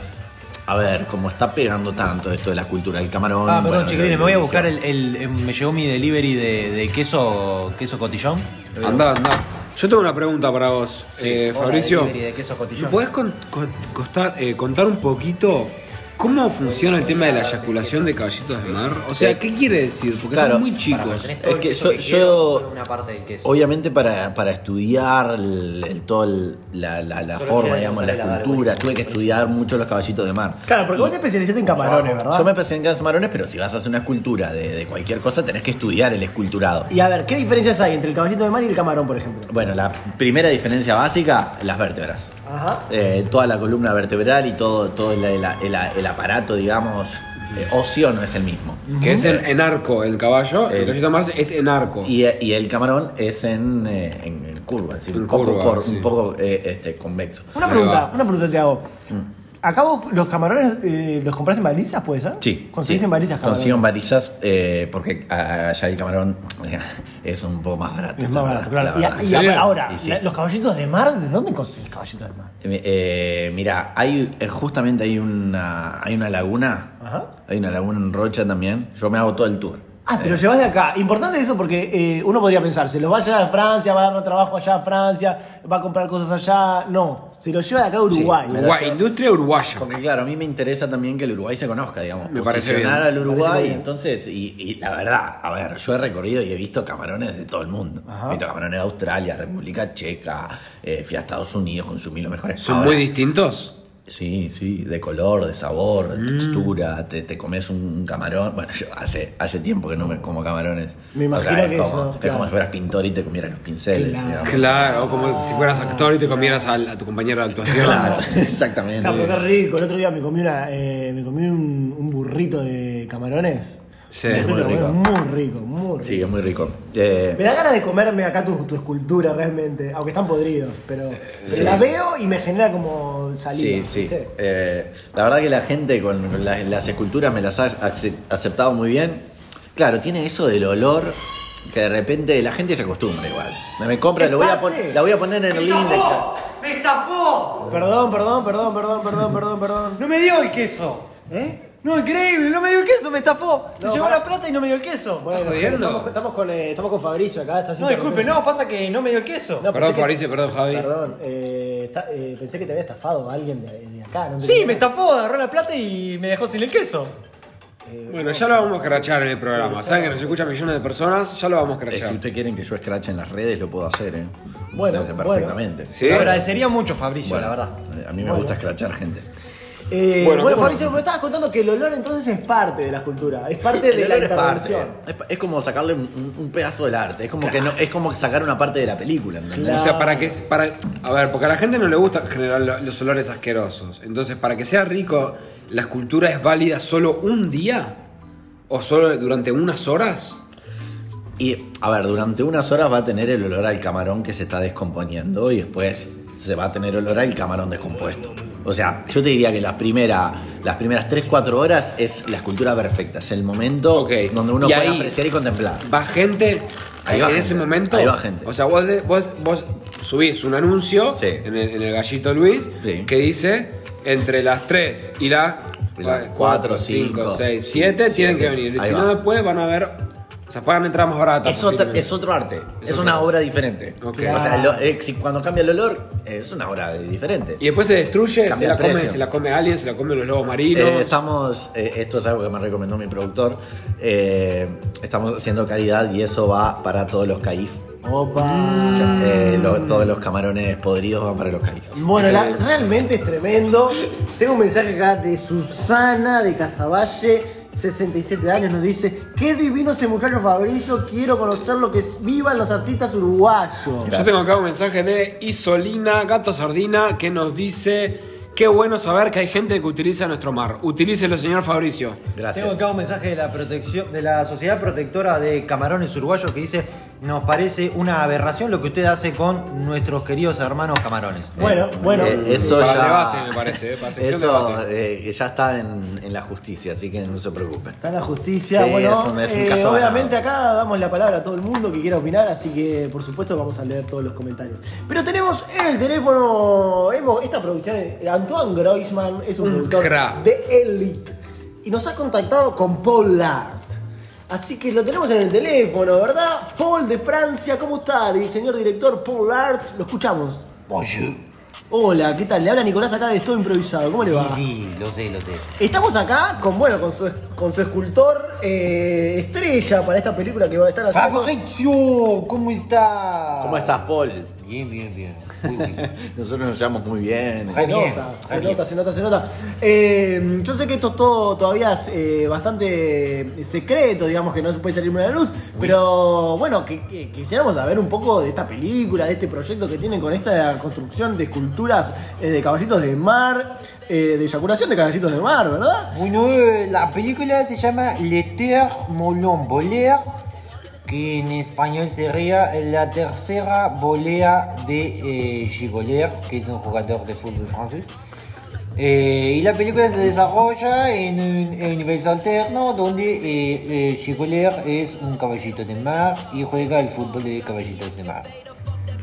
A ver, como está pegando tanto esto de la cultura del camarón.
Ah, perdón,
bueno,
chiquilines,
lo-
me voy a
lo
buscar
eligió.
el, el- eh, Me llegó mi delivery de, de queso, queso cotillón.
Andá, andá. Yo tengo una pregunta para vos, eh,
hola,
Fabricio.
delivery de queso cotillón.
¿Me podés con- con- costar- eh, contar un poquito cómo funciona el tema de la eyaculación de caballitos de mar? O sea, ¿qué quiere decir? Porque
Claro.
son muy chicos.
todo el Es que queso yo- que quiero, yo- solo
una parte del queso.
Obviamente para, para estudiar el, el- todo el- la, la- la
Solo
forma,
quiero
digamos, la
usar el
escultura, tuve que estudiar mucho los caballitos de mar.
Claro, porque vos te especializaste en camarones, ¿verdad?
Yo me pasé en camarones, pero si vas a hacer una escultura de, de cualquier cosa, tenés que estudiar el esculturado.
Y a ver, ¿qué diferencias hay entre el caballito de mar y el camarón, por ejemplo?
Bueno, la primera diferencia básica, las vértebras.
Ajá.
Eh, toda la columna vertebral y todo, todo el, el- el- el aparato, digamos, eh, óseo no es el mismo. Eh,
Que es en, en arco el caballo, el,
El-
caballito de mar es en arco.
Y, y el camarón es en, eh, en- en curva, es decir,
En
un poco,
curva,
cor-
sí.
un poco eh, este, convexo.
Una pregunta, una pregunta te hago.
Mm.
¿Acá vos los camarones eh, los compraste en balizas, puede ser?
Sí.
¿Conseguís
sí.
en balizas camarones?
Consigo en varillas eh, porque ah, allá el camarón es un poco más barato. la
Es más barato,
verdad,
claro.
la
Y,
verdad.
y ahora,
Y sí.
la- los caballitos de mar, ¿de dónde conseguís caballitos de mar?
Eh, mira, hay eh, justamente hay una hay una laguna,
Ajá.
hay una laguna en Rocha también. Yo me hago todo el tour. Eh,
Ah, te lo llevas de acá. Importante eso porque eh, uno podría pensar, se los va a llevar a Francia, va a dar un trabajo allá a Francia, va a comprar cosas allá. No, se los lleva de acá a Uruguay.
industria uruguaya.
Porque claro, a mí me interesa también que el Uruguay se conozca, digamos.
Me parece
posicionar
bien.
al
Me parece muy
Uruguay,
bien.
entonces, y, y la verdad, a ver, yo he recorrido y he visto camarones de todo el mundo. He visto camarones de Australia, República Checa, eh, fui a Estados Unidos, consumí los mejores.
¿Son
Ahora,
muy distintos?
Sí, sí, de color, de sabor, de
Mm.
textura, te, te comes un, un camarón. Bueno, yo hace, hace tiempo que no me como camarones.
Me imagino
es
que
como,
eso,
es
claro.
como si fueras pintor y te comieras los pinceles.
Claro.
digamos.
Claro, o como si fueras actor y te comieras al- a tu compañero de actuación.
Claro, exactamente.
Capo, qué rico. El otro día me comí, una, eh, me comí un, un burrito de camarones.
Sí,
Un
es muy
burrito,
rico.
Muy rico, muy rico.
Sí, es muy rico. Eh,
Me da ganas de comerme acá tu, tu escultura realmente, aunque están podridos, pero
Eh, sí.
la veo y me genera como
Sí,
saliva.
sí.
¿viste?
Eh, la verdad que la gente con con la- las esculturas me las ha acce- aceptado muy bien. Claro, tiene eso del olor que de repente la gente se acostumbra igual. Me, me compra, lo voy a pon- la voy a poner en el link.
¡Me estafó! Perdón, perdón, perdón, perdón, perdón, perdón, perdón.
No me dio el queso.
¿Eh?
No, increíble, no me dio el queso, me estafó. Se
No,
llevó
pará.
la plata y no me dio el queso.
Bueno, estamos, estamos con, eh, estamos con Fabricio acá. estás
No, disculpe, no, pasa que no me dio el queso.
No,
Perdón,
pensé que-
Fabricio, perdón, Javi.
Perdón, eh, está- eh, pensé que te había estafado a alguien de, de acá. No
Sí, me estafó, agarró la plata y me dejó sin el queso.
Bueno, ya lo vamos a crachar en el programa. Saben que nos escuchan millones de personas, ya lo vamos a
Eh, si
crachar.
ustedes quieren que yo escrache en las redes, lo puedo hacer, ¿eh?
Bueno,
O sea, perfectamente.
Sí. Lo agradecería
mucho, Fabricio,
la
verdad. A mí me
Bueno.
gusta escrachar gente.
Eh, bueno,
Bueno, ¿cómo?
Fabricio, me estabas contando que el olor entonces es parte de la escultura, es parte
El
de la
olor es parte.
intervención.
Es, pa- es como sacarle un, un- un pedazo del arte. Es como que no, es como sacar una parte de la película, ¿entendés?
O sea, para que. Para, a ver, porque a la gente no le gusta en general lo- los olores asquerosos. Entonces, para que sea rico, ¿la escultura es válida solo un día? ¿O solo durante unas horas?
Y, a ver, durante unas horas va a tener el olor al camarón que se está descomponiendo y después se va a tener olor al camarón descompuesto. O sea, yo te diría que la primera, las primeras 3-4 horas es la escultura perfecta, es el momento donde uno
Y
puede
ahí
apreciar y contemplar.
Va gente.
Ahí va
en
gente,
ese momento.
ahí va gente.
O sea, vos, de- vos, vos subís un anuncio en, el, en el gallito Luis que dice entre las 3 y las
Cuatro, cinco,
6, 7 tienen que venir. Y
Ahí
si
va.
no, después van a ver. Se pagan entradas más baratas.
Es, otra-
posiblemente.
es otro arte, es,
otro
una
arte.
obra diferente.
Ok.
O sea, lo- eh, si- cuando cambia el olor, eh, es una obra de- diferente.
Y después se destruye, se
Cambia
la,
el
come,
precio.
se la come alguien, se la comen los lobos marinos.
Eh, estamos, eh, esto es algo que me recomendó mi productor. eh, estamos haciendo caridad y eso va para todos los caif. Eh, lo- todos los camarones podridos van para los caif.
Bueno, la- realmente es tremendo. Tengo un mensaje acá de Susana de Casaballe, 67 años, nos dice, qué divino ese muchacho Fabrizio, quiero conocer lo que es, vivan los artistas uruguayos.
Yo tengo acá un mensaje de Isolina Gato Sardina que nos dice: Qué bueno saber que hay gente que utiliza nuestro mar. Utilícelo, señor Fabricio.
Gracias.
Tengo acá un mensaje de la protección de la Sociedad Protectora de Camarones Uruguayos que dice, nos parece una aberración lo que usted hace con nuestros queridos hermanos camarones.
Bueno,
Eh, eso ya.
Eso,
eso eh, ya está en, en la justicia, así que no se preocupen.
Está en la justicia,
Sí,
bueno,
es un- es un
eh,
caso
obviamente acá damos la palabra a todo el mundo que quiera opinar, así que por supuesto vamos a leer todos los comentarios. Pero tenemos en el teléfono, hemos- esta producción, es- eh, Antoine Groisman es un,
Un
productor
cra.
de Elite y nos ha contactado con Paul Lart. Así que lo tenemos en el teléfono, ¿verdad? Paul de Francia, ¿cómo está? El señor director Paul Lart, lo escuchamos. Hola, ¿qué tal? Le habla Nicolás acá de Todo Improvisado, ¿cómo le va?
Sí, sí, lo sé, lo sé.
Estamos acá con, bueno, con su, con su escultor eh, estrella para esta película que va a estar haciendo.
Fabricio, ¿cómo está?
¿Cómo estás, Paul?
Bien, bien, bien.
Nosotros nos llevamos muy bien.
Se nota, se nota, se nota, se nota. Eh, yo sé que esto es todo todavía es, eh, bastante eh, secreto, digamos que no se puede salir muy a la luz, pero bueno, que, que- quisiéramos saber un poco de esta película, de este proyecto que tienen con esta construcción de esculturas eh, de caballitos de mar, eh, de eyaculación de caballitos de mar, ¿verdad?
Bueno, eh, la película se llama L'Ether Molon Bolea, que en español sería la tercera volea de eh, Gigolier, que es un jugador de fútbol francés. Eh, y la película se desarrolla en un en un universo alterno donde eh, eh, Gigolier es un caballito de mar y juega el fútbol de caballitos de mar.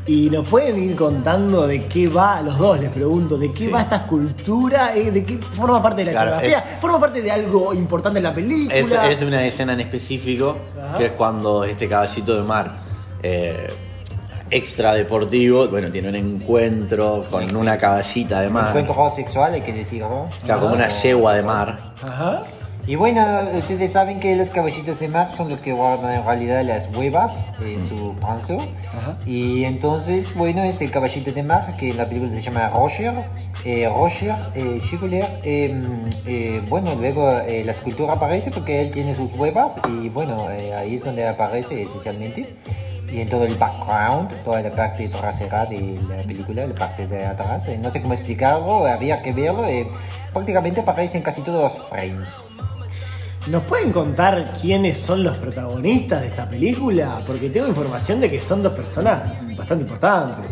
Y nos pueden ir contando de qué va, a los dos les pregunto, de qué va esta escultura, eh, de qué forma parte de la
Claro,
escenografía,
eh,
forma parte de algo importante en la película.
Es, es de una escena en específico,
Ajá.
que es cuando este caballito de mar eh, extra deportivo, bueno, tiene un encuentro con una caballita de
Un
mar,
encuentro sexual, hay que decir, ¿no?
claro, como
Ah.
una
Ajá.
yegua de mar.
Y bueno, ustedes saben que los caballitos de mar son los que guardan en realidad las huevas en su panzo. Y entonces, bueno, este caballito de mar, que en la película se llama Roger, eh, Roger eh, Schiller, eh, eh, bueno, luego eh, la escultura aparece porque él tiene sus huevas y bueno, eh, ahí es donde aparece esencialmente. Y en todo el background, toda la parte trasera de la película, la parte de atrás, eh, no sé cómo explicarlo, había que verlo, eh, prácticamente aparecen casi todos los frames.
¿Nos pueden contar quiénes son los protagonistas de esta película? Porque tengo información de que son dos personas bastante importantes.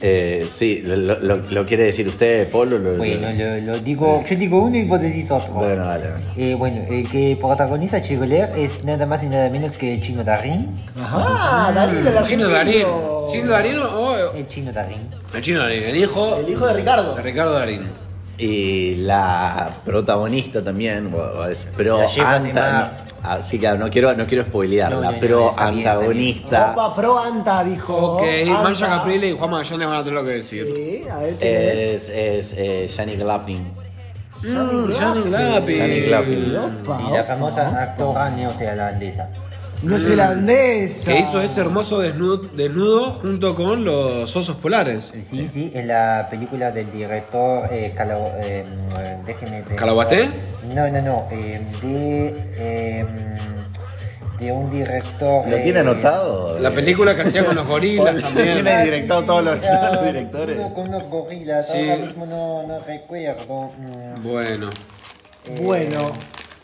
Eh, sí, lo, lo- lo quiere decir usted, Polo. Lo,
Bueno, lo, digo, yo digo uno y vos decís otro.
Bueno, dale. dale.
Eh, bueno, el que protagoniza a Chigoler es nada más ni nada menos que el chino Darín.
Ajá, Darín, el
Chino Darín. Chino Darín oh, o.
El chino Darín.
El chino Darín, el hijo.
El hijo de Ricardo.
De Ricardo Darín.
Y la protagonista también, o- o es pro
La yegua de
anta- no, así que no quiero, no quiero spoilear,
No,
la
no, no,
pro
está bien, está bien.
antagonista.
Opa, pro anta, dijo.
Ok,
Anta.
Manja Caprile y Juan Magallanes van a tener lo que decir.
Sí, a ver quién es.
Es, es eh, Yanni Glapin.
Mm, Johnny Glappy.
Johnny Glappy. Opa,
Y la famosa actora neozelandesa.
Neozelandesa.
Que hizo ese hermoso desnudo, desnudo junto con los osos polares.
Sí, sí, en la película del director eh, Cala- eh, eh, déjeme pensar.
¿Calahuaté?
No, no, no. eh, de, eh, de un director.
¿Lo tiene
eh,
anotado?
La película que hacía con los gorilas también.
Tiene directado todos los, todos los directores.
Uno con unos gorilas,
Sí.
ahora mismo no, no recuerdo. mm,
Bueno.
eh,
Bueno,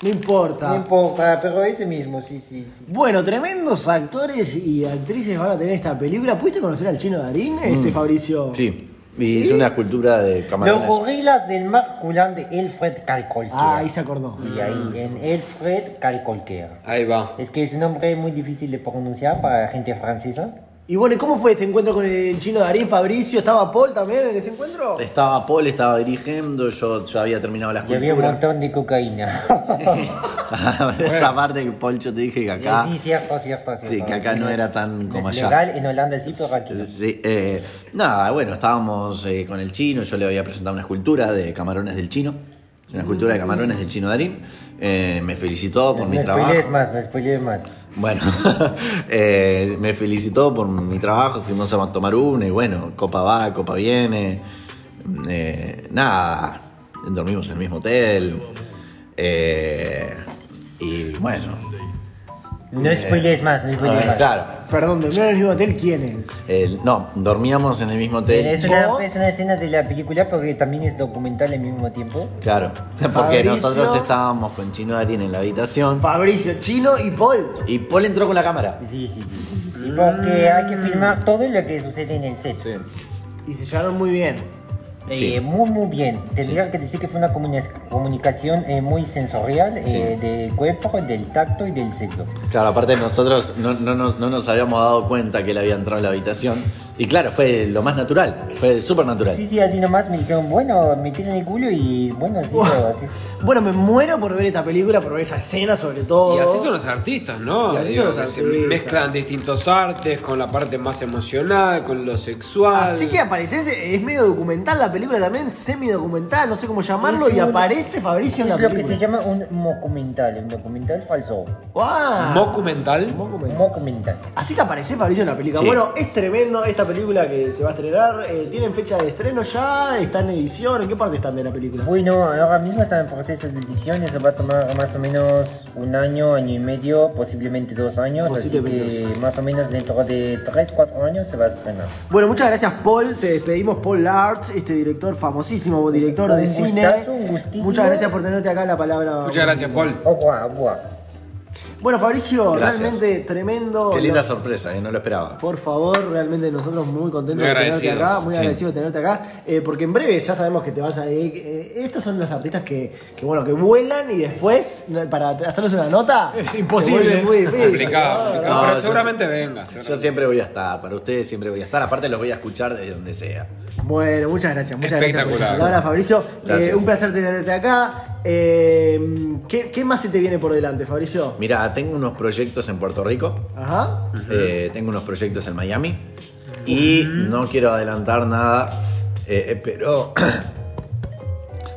no importa.
No importa, pero ese mismo, sí, sí. sí.
Bueno, tremendos actores y actrices van a tener esta película. ¿Pudiste conocer al chino Darín, este
Mm.
Fabricio?
Sí. Y hizo una escultura de
Los
camarones.
gorilas del mar culán de Elfred Kalkolker.
Ah, ahí se acordó.
Y ahí,
Ah,
en Elfred Kalkolker.
Ahí va.
Es que es un nombre muy difícil de pronunciar para gente francesa.
Y bueno, ¿y cómo fue este encuentro con el chino Darín Fabricio? ¿Estaba Paul también en ese encuentro?
Estaba Paul, estaba dirigiendo, yo, yo había terminado la
Y había un
escultura.
montón de cocaína.
Esa parte que Polcho te dije que acá.
Sí, cierto, cierto, cierto.
Sí, que acá no era tan como
es
allá.
legal, en Holanda sí, pero aquí no.
Sí, eh, nada, bueno, estábamos eh, con el chino, yo le había presentado una escultura de camarones del chino, Es una
Mm.
escultura de camarones del chino Darín, Eh, me felicitó por mi
No
trabajo.
spoilees más, no spoilees más.
Bueno, eh, me felicitó por mi trabajo, fuimos a tomar una y bueno, copa va, copa viene. Eh, nada, dormimos en el mismo hotel. Eh, y bueno.
No
eh,
spoilees más, no spoilees
eh,
más.
Claro.
Perdón, ¿dormieron en el mismo hotel quién es?
El- no, dormíamos en el mismo hotel.
Es una, es una escena de la película porque también es documental al mismo tiempo.
Claro, porque
Fabricio.
nosotros estábamos con Chino Darín en la habitación.
Fabricio, Chino y Paul.
Y Paul entró con la cámara.
Sí, sí, sí. Porque hay que filmar todo lo que sucede en el set. Eh,
Y se llevaron muy bien.
Sí.
muy, muy bien. Tendría que decir que fue una comuni- comunicación eh, muy sensorial eh, del cuerpo, del tacto y del sexo.
Claro, aparte nosotros no, no nos, no nos habíamos dado cuenta que él había entrado en la habitación. Y claro, fue lo más natural, fue súper natural.
Sí, sí, así nomás me dijeron, bueno, me tiran el culo y bueno, así todo, así.
Bueno, me muero por ver esta película, por ver esa escena sobre todo.
Y así son los artistas, ¿no?
Y así
Digo,
son los
que se
artistas.
mezclan distintos artes con la parte más emocional, con lo sexual.
Así que aparece, es medio documental la película también, semi-documental, no sé cómo llamarlo, y aparece Fabricio en la
Es lo que
película.
se llama un documental, un documental falso.
¡Guau!
¿Mocumental?
Mocumental.
Así que aparece Fabricio en la película.
Sí.
Bueno, es tremendo esta película que se va a estrenar. eh, ¿Tienen fecha de estreno ya? ¿Está en edición? ¿En qué parte están de la película?
Bueno, ahora mismo está en proceso de edición, eso va a tomar más o menos un año, año y medio, posiblemente dos años, así
Posiblemente
que más o menos dentro de tres, cuatro años se va a estrenar.
Bueno, muchas gracias Paul, te despedimos Paul Arts, este director famosísimo, director
Un
de cine.
gustazo, un gustísimo.
Muchas gracias por tenerte acá en la palabra.
Muchas gracias, Paul.
Au revoir, au revoir.
Bueno, Fabricio,
Gracias.
realmente tremendo.
Qué linda
Lo-
sorpresa, eh, no lo esperaba.
Por favor, realmente nosotros muy contentos
Muy
de tenerte
agradecidos,
acá, muy
sí.
agradecidos de tenerte acá, eh, porque en breve ya sabemos que te vas a... dedicar- eh, estos son los artistas que, que, bueno, que vuelan y después, para hacerles una nota, es
imposible.
muy difícil.
Complicado, complicado. Pero
yo-
seguramente venga.
Yo siempre voy a estar, para ustedes siempre voy a estar. Aparte los voy a escuchar desde donde sea.
Bueno, muchas gracias, muchas gracias por esa
Espectacular.
palabra, Fabricio.
Gracias.
Eh, un placer tenerte acá. Eh, ¿qué, qué más se te viene por delante, Fabricio?
Mira, tengo unos proyectos en Puerto Rico.
Ajá.
Eh, tengo unos proyectos en Miami y no quiero adelantar nada, eh, eh, pero...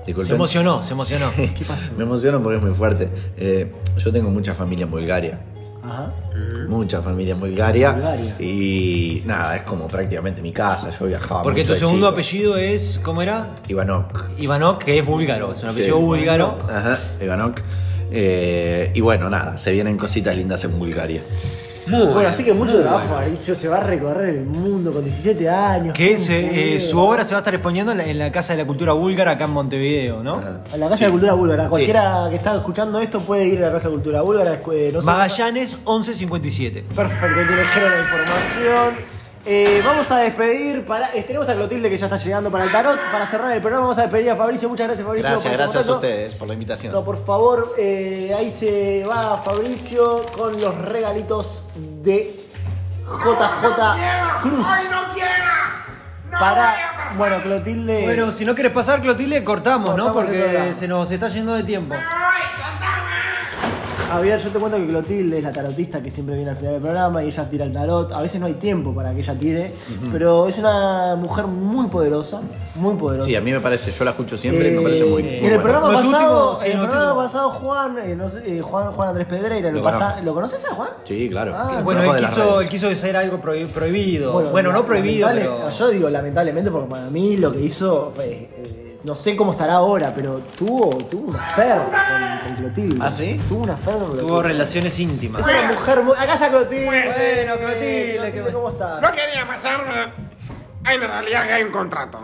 Disculpen.
Se emocionó, se emocionó.
¿Qué pasó? Me emociono porque es muy fuerte. Eh, yo tengo mucha familia en Bulgaria,
Ajá.
mucha familia en Bulgaria,
Bulgaria.
y nada, es como prácticamente mi casa, yo viajaba.
Porque tu
mucho de
segundo
chico.
apellido es, ¿cómo era?
Ivanok.
Ivanov, que es búlgaro, es un apellido
Sí.
búlgaro.
Ajá, Ivanok. Eh, y bueno, nada, se vienen cositas lindas en Bulgaria.
bueno,
bueno.
así que mucho
Muy
trabajo,
bueno.
Fabricio. Se va a recorrer el mundo con 17 años.
Que
Qué
se- eh,
increíble.
su obra se va a estar exponiendo en la, en la Casa de la Cultura Búlgara acá en Montevideo, ¿no?
A la Casa de Cultura Búlgara. Cualquiera que está escuchando esto puede ir a la Casa de Cultura Búlgara. eh, no sé-
Magallanes 1157.
Perfecto, te dijeron la información. Eh, vamos a despedir, para, eh, tenemos a Clotilde que ya está llegando para el tarot. Para cerrar el programa vamos a despedir a Fabricio. Muchas gracias, Fabricio. por
Gracias,
este
gracias a
momento.
ustedes por la invitación.
No, por favor, eh, ahí se va Fabricio con los regalitos de JJ Cruz. Para, bueno, Clotilde.
Bueno, si no quieres pasar, Clotilde, cortamos, ¿no?
Cortamos el
Porque
programa.
se nos está yendo de tiempo.
Javier, yo te cuento que Clotilde es la tarotista que siempre viene al final del programa y ella tira el tarot. A veces no hay tiempo para que ella tire,
Ujú.
pero es una mujer muy poderosa, muy poderosa.
Sí, a mí me parece, yo la escucho siempre Eh, y me parece muy. muy
en el
buena.
programa
Lo
pasado,
último, sí,
en el
lo
programa
último.
pasado Juan, eh, no sé, eh, Juan, Juan Andrés Pedreira, lo,
Lo
pasa-
conozco.
¿lo conoces a Juan?
Sí, claro.
Ah,
Bueno,
Bajo
él
de las
quiso,
redes.
él quiso hacer algo prohi- prohibido. Bueno, no prohibido,
lamentable- ah,
pero...
Yo digo lamentablemente porque para mí lo que hizo fue, eh, no sé cómo estará ahora, pero tuvo, tuvo una affair con, con Clotilde. ¿Ah, sí? Tuvo una affair con Clotilde.
Tuvo relaciones íntimas.
Es una mujer muy... Acá está Clotilde.
Bueno,
Clotilde, ¿cómo estás?
No quería pasarme. Hay en realidad que hay un contrato.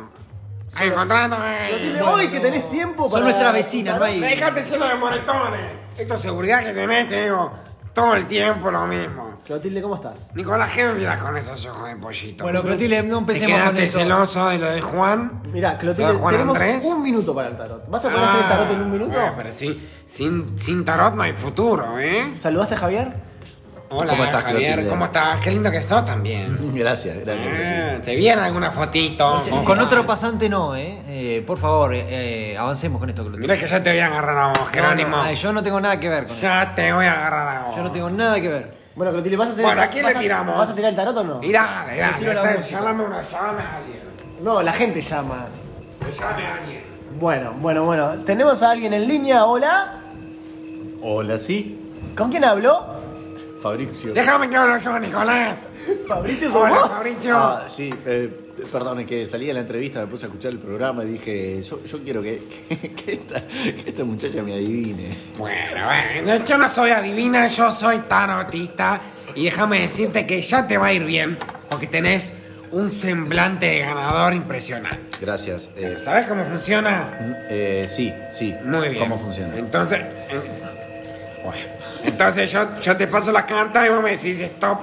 Hay un contrato. eh.
Clotilde, hoy que tenés tiempo para...
Me dejaste lleno de moretones. Esta seguridad que tenés, te digo, todo el tiempo lo mismo.
Clotilde, ¿cómo estás?
Nicolás, ¿qué me miras con esos ojos de pollito?
Bueno, Clotilde, no empecemos
¿Te
con
quedaste
eso.
celoso de lo de Juan?
Mirá,
¿Lo
Clotilde,
de Juan
tenemos
Andrés?
un minuto para el tarot. ¿Vas a poder hacer el tarot en un minuto?
Ah, pero sí, sin, sin tarot no hay futuro, ¿eh?
¿Saludaste a Javier?
Hola,
¿Cómo estás,
Javier,
Clotilde?
¿cómo estás? Qué lindo que sos también.
Gracias, gracias.
Ah, ¿Te vieron alguna fotito?
Con, con otro pasante no, ¿eh? Eh, por favor, eh, eh, avancemos con esto.
Mirá que ya te voy a agarrar a vos, Jerónimo.
No, no, ay, yo no tengo nada que ver con
Ya te voy a agarrar a vos.
Yo no tengo nada que ver.
Bueno, Clotilde, ¿vas a hacer
Bueno,
el
¿a
ta-
quién le
vas
tiramos?
¿Vas a tirar el tarot o no?
Y
Le
dale,
tiro
dale.
la
hacer-
música.
Llámame una, llámame a alguien.
No, la gente llama.
Llámame a alguien.
Bueno, bueno, bueno. Tenemos a alguien en línea, hola.
Hola, sí,
¿Con quién hablo?
Fabricio.
Déjame que hable yo, Nicolás.
Fabricio,
¿sos Hola, vos?
Fabricio.
Fabricio.
sí, eh, perdón, es que salí de la entrevista, me puse a escuchar el programa y dije, yo, yo quiero que, que, que esta, que esta muchacha me adivine.
Bueno, bueno, yo no soy adivina, yo soy tarotista. Y déjame decirte que ya te va a ir bien, porque tenés un semblante de ganador impresionante.
Gracias. eh,
¿Sabes cómo funciona?
eh, sí, sí.
Muy bien.
¿Cómo funciona?
Entonces, eh, bueno, entonces yo, yo te paso las cartas y vos me decís stop.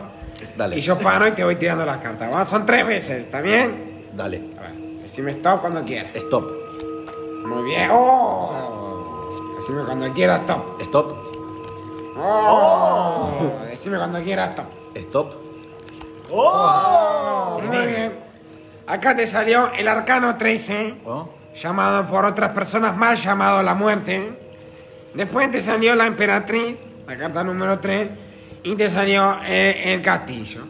Dale.
Y yo paro y te voy tirando las cartas. ¿va? Son tres veces, ¿está bien?
Dale.
Decime stop cuando quieras.
Stop.
Muy bien. ¡Oh! Decime cuando quieras stop.
Stop.
¡Oh! Decime cuando quieras stop.
Stop.
¡Oh! Muy bien. Acá te salió el arcano 13,
¿Oh?
llamado por otras personas mal llamado la muerte. Después te salió la emperatriz, la carta número 3, y te salió eh, el castillo.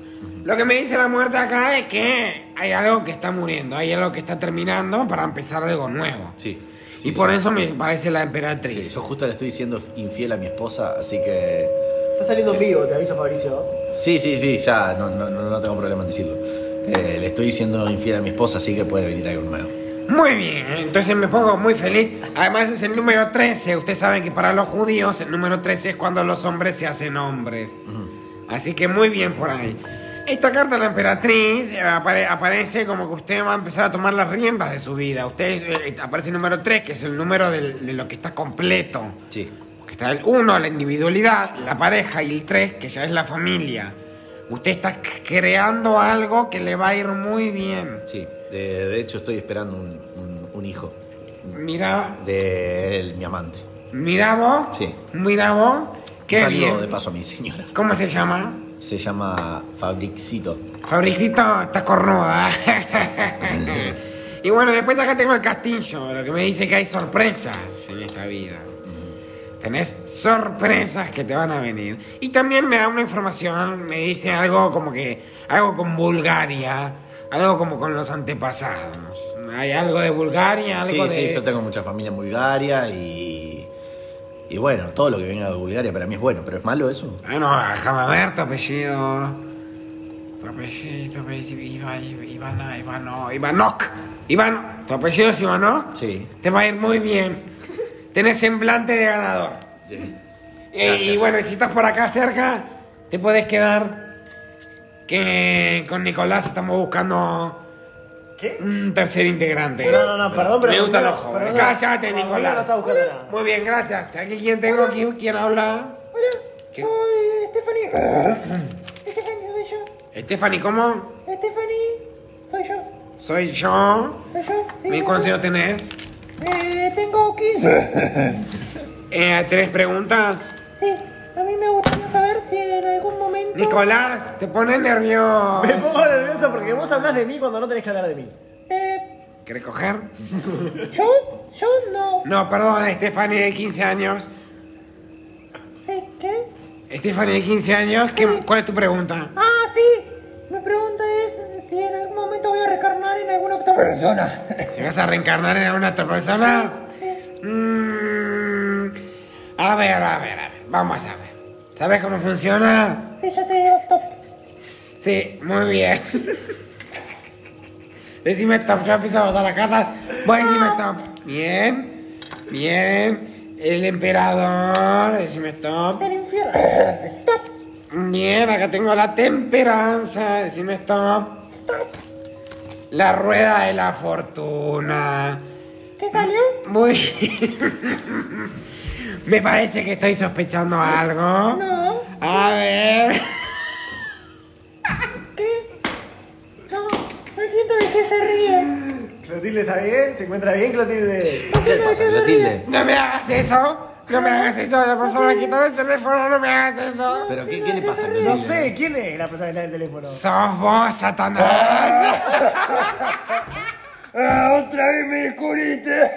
Lo que me dice la muerte acá es que hay algo que está muriendo, hay algo que está terminando para empezar algo nuevo.
Sí.
y por eso me parece la emperatriz.
yo justo le estoy siendo infiel a mi esposa, así que...
Está saliendo en vivo, te aviso, Fabricio.
Sí, sí, sí, ya, no, no, no no tengo problema en decirlo. Eh, le estoy diciendo infiel a mi esposa, así que puede venir algo nuevo.
Muy bien, entonces me pongo muy feliz. Además es el número 13. Ustedes saben que para los judíos el número 13 es cuando los hombres se hacen hombres. Así que muy bien por ahí. Esta carta de la emperatriz eh, apare- aparece como que usted va a empezar a tomar las riendas de su vida. Usted eh, aparece el número 3, que es el número del- de lo que está completo.
Sí.
Porque está el 1, la individualidad, la pareja, y el 3, que ya es la familia. Usted está c- creando algo que le va a ir muy bien.
Sí, de, de hecho estoy esperando un, un- un hijo
Mira,
de él, mi amante.
mira vos.
Sí.
Mira vos,
un
qué
saludo
bien.
de paso a mi señora.
¿Cómo se llama?
Se llama Fabricito.
Fabricito, estás cornuda. ¿eh? y bueno, después acá tengo el castillo, lo que me dice que hay sorpresas en esta vida. Tenés sorpresas que te van a venir. Y también me da una información, me dice algo como que, algo con Bulgaria, algo como con los antepasados. Hay algo de Bulgaria, algo
sí,
de...
sí, yo tengo mucha familia en Bulgaria y... Y bueno, todo lo que venga de Bulgaria para mí es bueno, pero es malo eso.
Bueno, déjame ver tu apellido. Tu apellido, tu apellido, Iván, Ivana, Ivano, Ivanok. Iván, ¿tu apellido es Ivanok?
Sí.
Te va a ir muy bien. Tenés semblante de ganador. Eh, y bueno, si estás por acá cerca, te puedes quedar. Que con Nicolás estamos buscando un tercer integrante.
No, no, no, perdón, pero.
Me gusta los
conmigo-
jóvenes.
perdón,
Cállate,
conmigo
Nicolás.
No está buscando nada.
Muy bien, gracias. Aquí quién tengo, ¿Quién- quién habla. Ah.
Soy Stephanie. Stephanie, soy yo.
Stephanie, ¿cómo?
Stephanie, soy yo.
Soy yo.
Soy yo. Sí,
¿Mi
soy
cuántos
yo.
años tenés?
Eh, tengo 15.
Eh, ¿Tres preguntas?
Sí, a mí me gustaría saber si en algún momento.
Nicolás, te pones nervioso.
Me pongo nervioso porque vos hablás de mí cuando no tenés que hablar de mí.
¿Querés coger?
¿Yo? eh, Yo no.
No, perdón, Stephanie de 15 años.
¿Sí? ¿Qué?
Stephanie de 15 años, ¿qué- ¿cuál es tu pregunta?
Ah, sí. Mi pregunta es si en algún momento voy a recarnar en alguna otra persona.
¿Si vas a reencarnar en alguna otra persona? Mm, a ver, a ver, a ver. Vamos a ver. ¿Sabes cómo funciona?
Sí, yo te digo stop.
Sí, muy bien. Decime stop, yo empiezo a pasar la carta. Voy a decirme stop. Bien, bien. El emperador, decime stop.
Del infierno.
Bien, acá tengo la temperanza, decime stop. La rueda de la fortuna.
¿Qué salió?
Muy Me parece que estoy sospechando algo.
No.
A ver.
No, no entiendo de qué se ríe.
Clotilde está bien, se encuentra bien, Clotilde.
¿Qué le pasa, Clotilde?
No me hagas eso. No me hagas eso, la persona que está en el teléfono, no me hagas eso.
¿Pero qué, qué le pasa?
No sé, ¿quién es la persona que está en el teléfono?
Sos vos, Satanás.
Ah, otra vez me descubriste.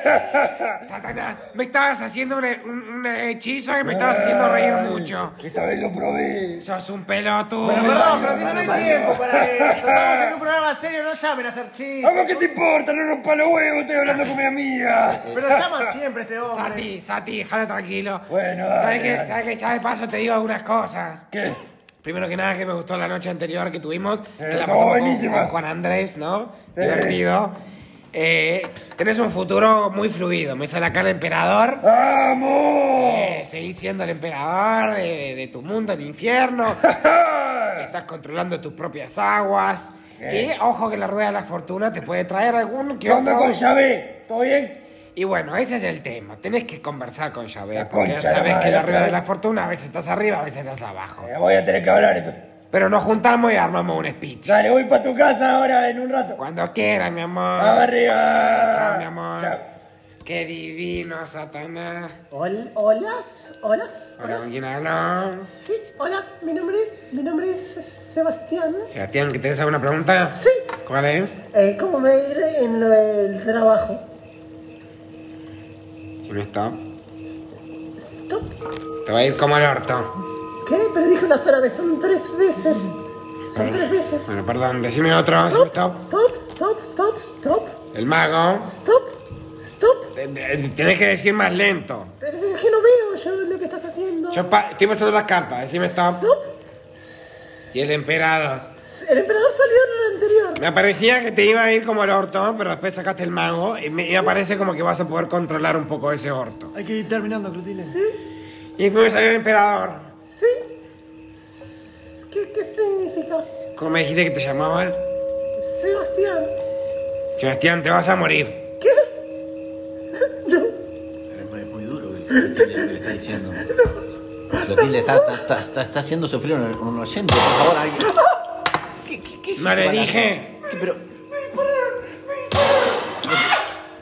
Satanás, me estabas haciendo un, un- un hechizo que me estabas haciendo reír mucho.
Esta vez lo probé.
Sos un pelotudo.
Pero perdón, pero que no hay tiempo para eso. Estamos en un programa serio, no llamen a hacer chistes.
Vamos, ¿qué te importa? No rompa los huevos, estoy hablando con mi amiga.
Pero llama siempre este hombre.
Sati, Sati, déjalo tranquilo.
Bueno,
¿Sabes
dale,
qué?
dale.
¿Sabes qué? Ya de paso te digo algunas cosas.
¿Qué?
Primero que nada, que me gustó la noche anterior que tuvimos, que
Eh,
la
estuvo
pasamos con,
buenísima.
con Juan Andrés, ¿no?
Sí.
Divertido. Eh, tenés un futuro muy fluido. Me hizo la cara emperador.
¡Vamos!
Eh, seguís siendo el emperador de, de tu mundo, el infierno. Estás controlando tus propias aguas.
Sí.
Y ojo que la rueda de la fortuna te puede traer algún que
¿Qué onda
otro-
con Yahvé? ¿Todo bien?
y bueno, ese es el tema. Tenés que conversar con Yahvé.
concha
Porque
de la
sabés
madre,
que la
otra
rueda de
vez. Eh,
la fortuna a veces estás arriba, a veces estás abajo.
voy a tener que hablar entonces.
Pero nos juntamos y armamos un speech.
Dale, voy para tu casa ahora en un rato.
Cuando quieras, mi amor.
Arriba.
Chao, mi amor. Qué divino, Satanás.
Hola, holas, holas.
Hola, ¿con quién hablo?
Sí, hola, mi nombre, mi nombre es Sebastián.
Sebastián, ¿que tenés alguna pregunta?
Sí.
¿Cuál es?
Eh, ¿Cómo me iré en lo del trabajo?
Si no está.
Stop.
Te va a ir como el orto.
¿Qué? Pero dije una sola vez, son tres veces. Son
Bueno,
tres veces.
Bueno, perdón, decime otro.
Stop,
Stop.
Stop, stop, stop, stop.
El mago.
Stop, stop.
Te- te- Tenés que decir más lento.
Pero es que no veo yo lo que estás haciendo.
Yo pa- estoy pasando las cartas, decime stop.
Stop.
Y el emperador.
El emperador salió en el anterior.
Me parecía que te iba a ir como el orto, pero después sacaste el mago y me, y me parece como que vas a poder controlar un poco ese orto.
Hay que ir terminando, Clotilde. Sí.
Y después me salió el emperador.
Sí. S- ¿Qué, qué significa?
¿Cómo me dijiste que te llamabas?
Sebastián.
Sebastián, te vas a morir.
¿Qué?
Es muy duro lo que le está diciendo. Clotilde está, está, está, está, está haciendo sufrir a un, un oyente. Por favor, alguien.
¡Ah!
¿Qué es
No
ese
le
balazo?
dije.
¿Qué, pero...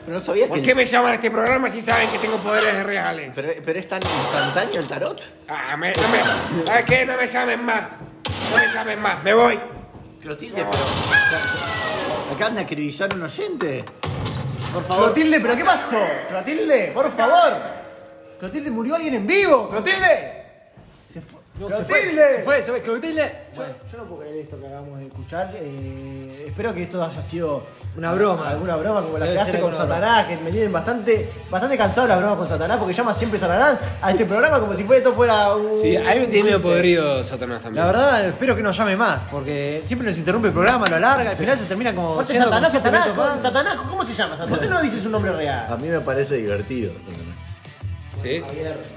Pero no sabía
¿Por
que-
qué me llaman a este programa si saben que tengo poderes reales?
Pero, pero es tan instantáneo el tarot.
Ah, me, no me, ¿Sabes qué? No me llamen más. No me llamen más. Me voy.
Clotilde, pero. Acaban de acribillar a un oyente. Por favor.
Clotilde, ¿pero qué pasó? Clotilde, por favor. Clotilde, murió alguien en vivo. Clotilde. Se fue. Clotilde. Se fue, se fue, Clotilde. Yo, yo no puedo creer esto que acabamos de escuchar. eh, espero que esto haya sido
Una broma.
Alguna broma como la
Debe
que
ser
hace con
alguna broma.
Satanás, que me tienen bastante, bastante cansado las bromas con Satanás, porque llama siempre Satanás a este programa como si fuera todo fuera un.
Sí, ahí me tiene
un
medio
chiste.
podrido Satanás también.
La verdad, espero que no llame más, porque siempre nos interrumpe el programa, lo alarga, al final se termina como.
Aparte,
yendo
Satanás,
como siete
Satanás,
minutos
¿cómo- Satanás, ¿cómo se llama? Satanás? ¿Por qué no dices un nombre real?
A mí me parece divertido.
¿Sí?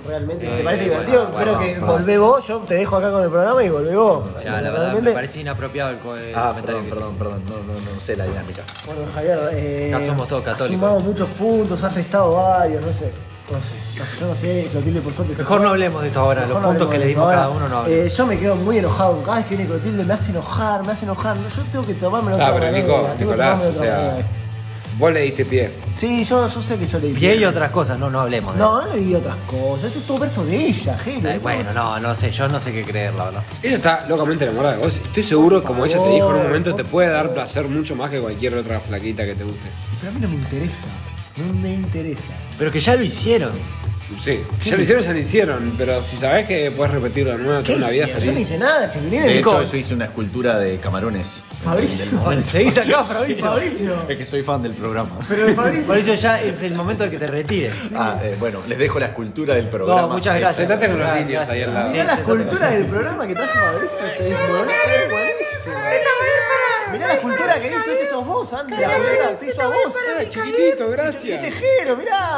Realmente, si
Eh,
te parece
bueno,
divertido,
bueno,
espero que
bueno.
volvé vos. Yo te dejo acá con el programa y volvé vos.
más. Ya, la verdad, me
Realmente-
parece inapropiado el co- el
Ah,
comentario.
perdón, perdón, perdón. No, no, no sé la dinámica.
Ah,
Bueno, Javier, eh,
Ya somos todos
has
católicos.
sumado muchos puntos, has restado varios, no sé. No sé, no sé, yo no sé, Clotilde por suerte. se
Mejor
fue.
no hablemos de esto ahora,
Mejor
los
no
puntos
hablemos
que le
de
dimos
esto
cada
ahora.
uno no hablemos.
Eh, yo me quedo muy enojado. Cada vez que viene Clotilde me hace enojar, me hace enojar. Yo tengo que tomármelo
Ah,
otra
pero
manera,
Nico,
tengo que
Nicolás, o
tomármelo de otra
sea.
manera.
Vos le diste pie.
Sí, yo, yo sé que yo le di.
Pie y otras cosas, no, no hablemos. de-
No, no le di otras cosas. Eso es todo verso de ella, Jero.
Ay, bueno, no, no sé, yo no sé qué creer, la verdad.
Ella está locamente enamorada de vos. Estoy seguro, como ella te dijo en un momento, te puede dar placer mucho más que cualquier otra flaquita que te guste.
Pero a mí no me interesa. No me interesa.
Pero que ya lo hicieron.
Sí, ya lo hicieron, ya lo hicieron. Pero si sabés que puedes repetirlo de nuevo, tener una vida
Yo no
feliz.
hice nada, que viene
De hecho,
Nico.
yo hice una escultura de camarones.
Fabricio.
Del momento.
Seguís acá, Fabricio.
Sí.
Fabricio.
Es que soy fan del programa.
Por eso ya es el momento de que te retires.
Ah, eh, bueno, les dejo la escultura del programa.
No, muchas gracias.
Sentate con los
Ah,
niños ahí al lado.
Sí,
Mirá las
sentate.
culturas del programa que trajo Fabricio. Este es buenísimo. Mirá la cultura que hizo. Este sos vos, Andy. La cultura que hizo vos.
Ah, chiquitito,
Este
gracias.
tejero, mirá.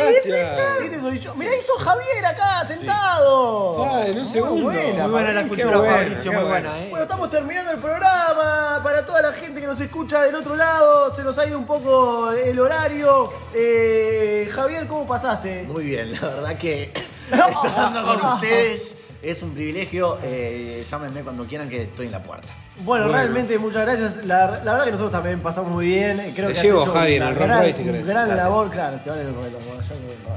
Gracias.
Este soy yo. Mirá, hizo Javier acá, sentado.
Ay, en un segundo.
Muy buena,
Muy buena la
Fabricio.
cultura, Qué buena, Fabricio, qué muy buena. buena, eh.
Bueno, estamos terminando el programa. Para toda la gente que nos escucha del otro lado, se nos ha ido un poco el horario. Eh, Javier, ¿cómo pasaste?
Muy bien, la verdad que estando con ustedes Es un privilegio. eh, llámenme cuando quieran que estoy en la puerta.
Bueno, realmente muchas gracias. La, la verdad que nosotros también pasamos muy bien. Eh, Creo
Te
que has
llevo,
hecho
Javi, en
una
el Rolls
gran-
Royce, si querés.
Gran
Gracias.
labor, claro, se van en el momento. Bueno, yo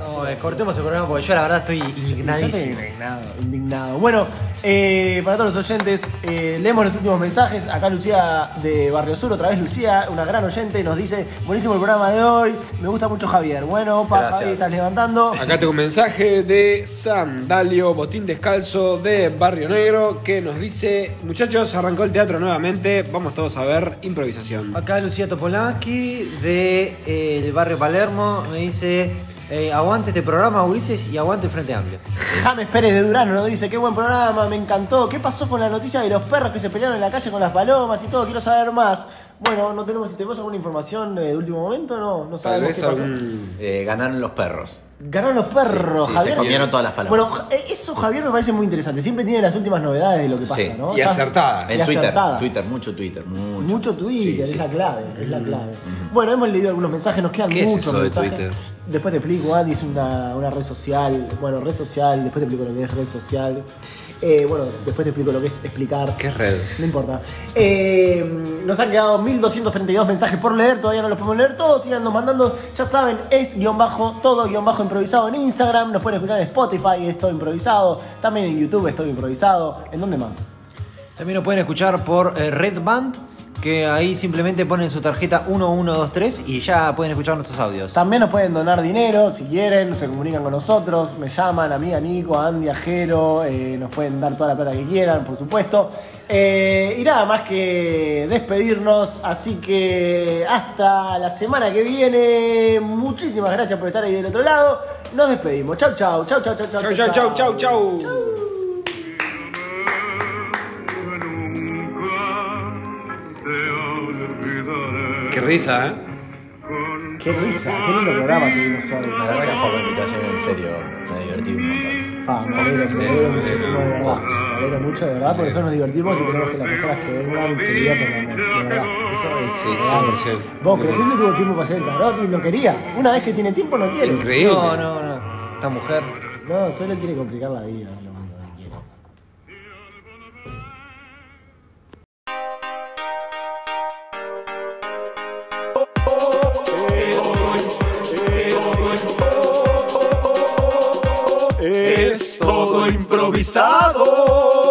me-
No, eh, cortemos el programa porque yo la verdad estoy
Yo estoy
indignadísimo.
indignado, indignado. Bueno, eh, para todos los oyentes, eh, leemos los últimos mensajes. Acá Lucía de Barrio Sur, otra vez Lucía, una gran oyente, nos dice, buenísimo el programa de hoy, me gusta mucho Javier. Bueno, pa,
Gracias.
Javi, estás levantando.
Acá tengo un mensaje de Sandalio Botín Descalzo de Barrio Negro que nos dice, muchachos, arrancó el teatro nuevamente, vamos todos a ver improvisación.
Acá Lucía Topolansky de eh, el barrio Palermo me dice eh, aguante este programa Ulises y aguante el Frente Amplio.
James Pérez de Durano nos dice, qué buen programa, me encantó. ¿Qué pasó con la noticia de los perros que se pelearon en la calle con las palomas y todo? Quiero saber más. Bueno, no tenemos, ¿tenemos alguna información eh, de último momento? No, no
Tal
sabemos
vez
qué pasó.
algún- eh, ganaron los perros.
Ganaron los
Sí, sí,
perros,
se
Javier.
comieron todas las palomas.
Bueno, Ja- eh, eso Javier me parece muy interesante. Siempre tiene las últimas novedades de lo que pasa,
Sí.
¿no?
Y
Está-
acertadas.
Y
En Twitter,
acertadas.
Twitter, mucho Twitter, mucho. Mm.
Mucho Twitter, es la clave, es la clave. Bueno, hemos leído algunos mensajes, nos quedan
¿Qué es
muchos
eso de
mensajes.
Twitter?
Después te explico, Andy es una, una red social, bueno, red social, después te explico lo que es red social. Eh, bueno, después te explico lo que es explicar. ¿Qué
red?
No importa. Eh, nos han quedado 1232 mensajes por leer, todavía no los podemos leer todos, nos mandando, ya saben, es guión bajo, todo guión bajo improvisado en Instagram, nos pueden escuchar en Spotify, es todo improvisado, también en YouTube es todo improvisado, ¿en dónde más?
También lo pueden escuchar por eh, Red Band, que ahí simplemente ponen su tarjeta 1123 y ya pueden escuchar nuestros audios.
También nos pueden donar dinero si quieren, se comunican con nosotros, me llaman a mí, a Nico, a Andy, a Jero, eh, nos pueden dar toda la plata que quieran, por supuesto. Eh, y nada más que despedirnos, así que hasta la semana que viene. Muchísimas gracias por estar ahí del otro lado. Nos despedimos. Chau, chau, chau, chau, chau, chau,
Chau, chau, chau, chau, chau. Qué risa, ¿eh?
Qué risa, qué lindo programa tuvimos hoy.
Gracias por la invitación, en serio. Me divertí un montón.
Fa, me alegro, me alegro muchísimo de verdad. Me alegro mucho de verdad, por eso nos divertimos y queremos que las personas que vengan se diviertan también. De verdad, eso es.
Sí,
real.
100%.
Vos, Clotilde tuvo tiempo para hacer el tarot y no quería. Una vez que tiene tiempo, no quiere.
Increíble. No, no, no. Esta mujer.
No, solo quiere complicar la vida. lo único que quiere.
Es todo improvisado.